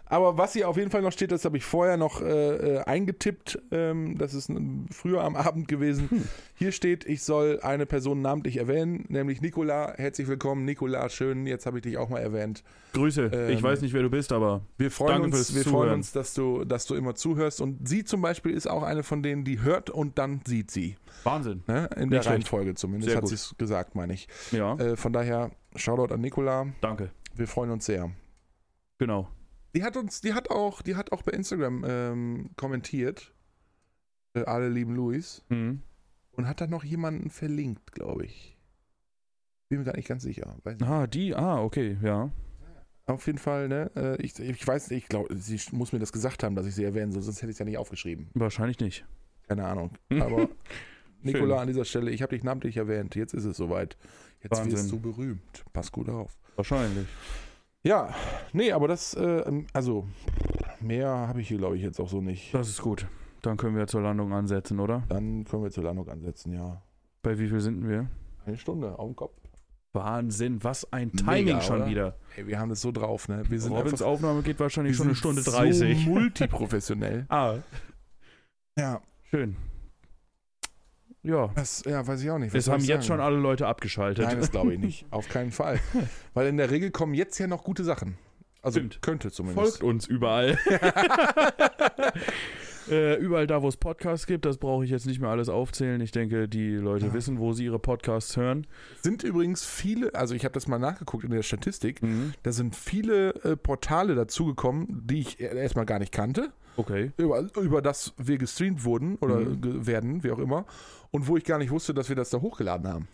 Aber was hier auf jeden Fall noch steht, das habe ich vorher noch äh, äh, eingetippt. Ähm, das ist n- früher am Abend gewesen. Hier steht, ich soll eine Person namentlich erwähnen, nämlich Nicola. Herzlich willkommen, Nicola. Schön, jetzt habe ich dich auch mal erwähnt.
Grüße.
Ähm,
ich weiß nicht, wer du bist, aber
Wir freuen
Danke
uns,
fürs
wir freuen
Zuhören.
uns dass, du, dass du immer zuhörst. Und sie zum Beispiel ist auch eine von denen, die hört und dann sieht sie.
Wahnsinn.
Ne? In der
Nicht schlecht.
Reihenfolge zumindest
Sehr
hat
gut.
sie es gesagt, meine ich.
Ja,
Äh, von daher, Shoutout an Nicola.
danke.
Wir freuen uns sehr.
Genau.
Die hat uns, die hat auch, die hat auch bei Instagram ähm, kommentiert, äh, alle lieben Luis,
Mhm.
und hat dann noch jemanden verlinkt, glaube ich. Bin mir gar nicht ganz sicher. Weiß nicht.
Ah, die, ah, okay, ja.
Auf jeden Fall, ne? äh, Ich, ich weiß nicht, ich glaube, sie muss mir das gesagt haben, dass ich sie erwähnen soll, sonst hätte ich es ja nicht aufgeschrieben.
Wahrscheinlich nicht.
Keine Ahnung. Aber Nikola, an dieser Stelle, ich habe dich namentlich erwähnt. Jetzt ist es soweit. Jetzt
Wahnsinn.
wirst du berühmt. Pass gut auf.
Wahrscheinlich.
Ja, nee, aber das, äh, also, mehr habe ich hier, glaube ich, jetzt auch so nicht.
Das ist gut. Dann können wir zur Landung ansetzen, oder?
Dann können wir zur Landung ansetzen, ja.
Bei wie viel sind wir?
Eine Stunde, auf den Kopf.
Wahnsinn, was ein Timing
Mega,
schon
oder?
wieder.
Ey, wir haben das so drauf, ne? Wir sind
Robins
einfach
Aufnahme geht wahrscheinlich
wir
schon
sind
eine Stunde
so
30.
multiprofessionell.
ah,
ja,
schön. Ja,
das, ja, weiß ich auch nicht. was
es
soll
haben
ich
jetzt
sagen?
schon alle Leute abgeschaltet.
Nein, das glaube ich nicht. Auf keinen Fall. Weil in der Regel kommen jetzt ja noch gute Sachen. Also
Stimmt.
könnte zumindest.
Folgt uns überall. äh, überall da, wo es Podcasts gibt, das brauche ich jetzt nicht mehr alles aufzählen. Ich denke, die Leute
Ja.
wissen, wo sie ihre Podcasts hören.
Sind übrigens viele, also ich habe das mal nachgeguckt in der Statistik, da sind viele äh, Portale dazugekommen, die ich erstmal gar nicht kannte,
Okay.
über, über das wir gestreamt wurden oder
Mhm.
ge- werden, wie auch immer, und wo ich gar nicht wusste, dass wir das da hochgeladen haben.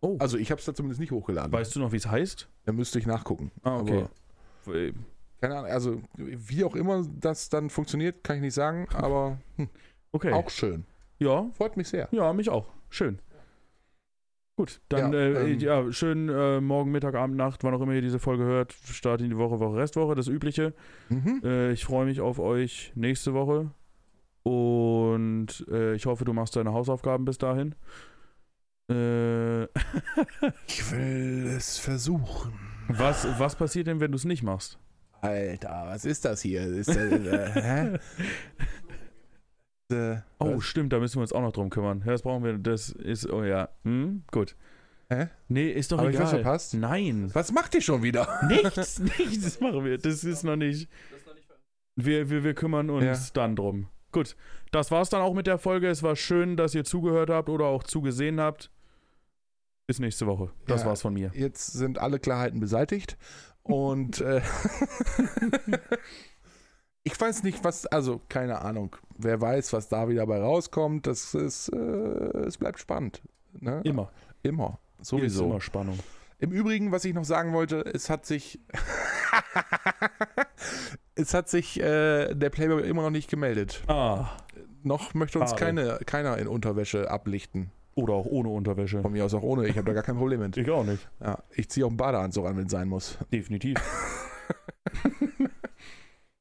Oh.
Also ich habe es da zumindest nicht hochgeladen.
Weißt du noch, wie es heißt?
Da müsste ich nachgucken.
Ah,
Aber keine Ahnung, also wie auch immer das dann funktioniert, kann ich nicht sagen, aber hm,
Okay.
auch schön.
ja,
Freut mich sehr.
ja, mich auch. Schön. Gut, dann
Ja,
ja, äh,
ähm,
ja schönen äh, Morgen, Mittag, Abend, Nacht, wann auch immer ihr diese Folge hört. Start in die Woche, Woche, Restwoche, das Übliche.
Mhm.
Äh, ich freue mich auf euch nächste Woche. Und äh, ich hoffe, du machst deine Hausaufgaben bis dahin. Äh,
Ich will es versuchen.
was, was passiert denn, wenn du es nicht machst?
Alter, was ist das hier? Ist das, äh, hä? Äh,
Oh, stimmt, da müssen wir uns auch noch drum kümmern. Ja, Das brauchen wir. Das ist, oh ja. Hm, gut.
Hä?
Nee, ist doch
Hab ich
egal.
was verpasst?
Nein.
was macht ihr schon wieder?
Nichts, nichts das machen wir. Das ist noch nicht. Wir, wir, wir kümmern uns
Ja.
dann drum. Gut, das war's dann auch mit der Folge. Es war schön, dass ihr zugehört habt oder auch zugesehen habt. Bis nächste Woche. Das
Ja.
war's von mir.
Jetzt sind alle Klarheiten beseitigt und äh, ich weiß nicht, was, also keine Ahnung. Wer weiß, was da wieder bei rauskommt. Das ist, äh, es bleibt spannend. Ne?
Immer.
Immer.
Hier ist
Sowieso.
immer Spannung.
Im Übrigen, was ich noch sagen wollte, es hat sich. es hat sich äh, der Playboy immer noch nicht gemeldet.
Ah.
Noch möchte uns
Schade.
keine, keiner in Unterwäsche ablichten.
Oder auch ohne Unterwäsche.
Von mir aus auch ohne, ich habe da gar kein Problem mit.
Ich auch nicht.
Ja, ich ziehe auch einen Badeanzug an, wenn es sein muss.
Definitiv.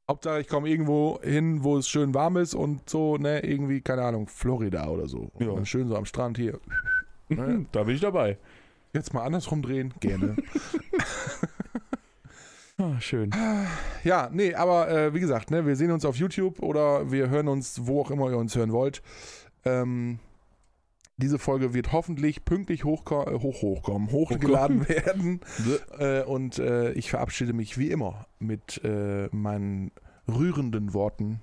Hauptsache, ich komme irgendwo hin, wo es schön warm ist und so, ne, irgendwie, keine Ahnung, Florida oder so. Und
Ja.
dann schön so am Strand hier. Ne?
da bin ich dabei.
Jetzt mal andersrum drehen, gerne.
Ah, schön.
Ja, nee, aber äh, wie gesagt, ne, wir sehen uns auf YouTube oder wir hören uns, wo auch immer ihr uns hören wollt. Ähm, diese Folge wird hoffentlich pünktlich hochko äh, hoch, hochkommen, hochgeladen werden. äh, und äh, ich verabschiede mich wie immer mit äh, meinen rührenden Worten.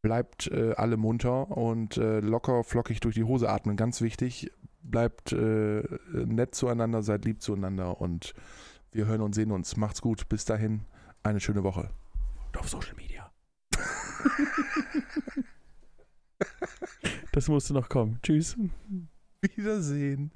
Bleibt äh, alle munter und äh, locker, flockig durch die Hose atmen. Ganz wichtig, bleibt äh, nett zueinander, seid lieb zueinander und wir hören und sehen uns. Macht's gut. Bis dahin, eine schöne Woche.
Und auf Social Media. Das musste noch kommen. Tschüss.
Wiedersehen.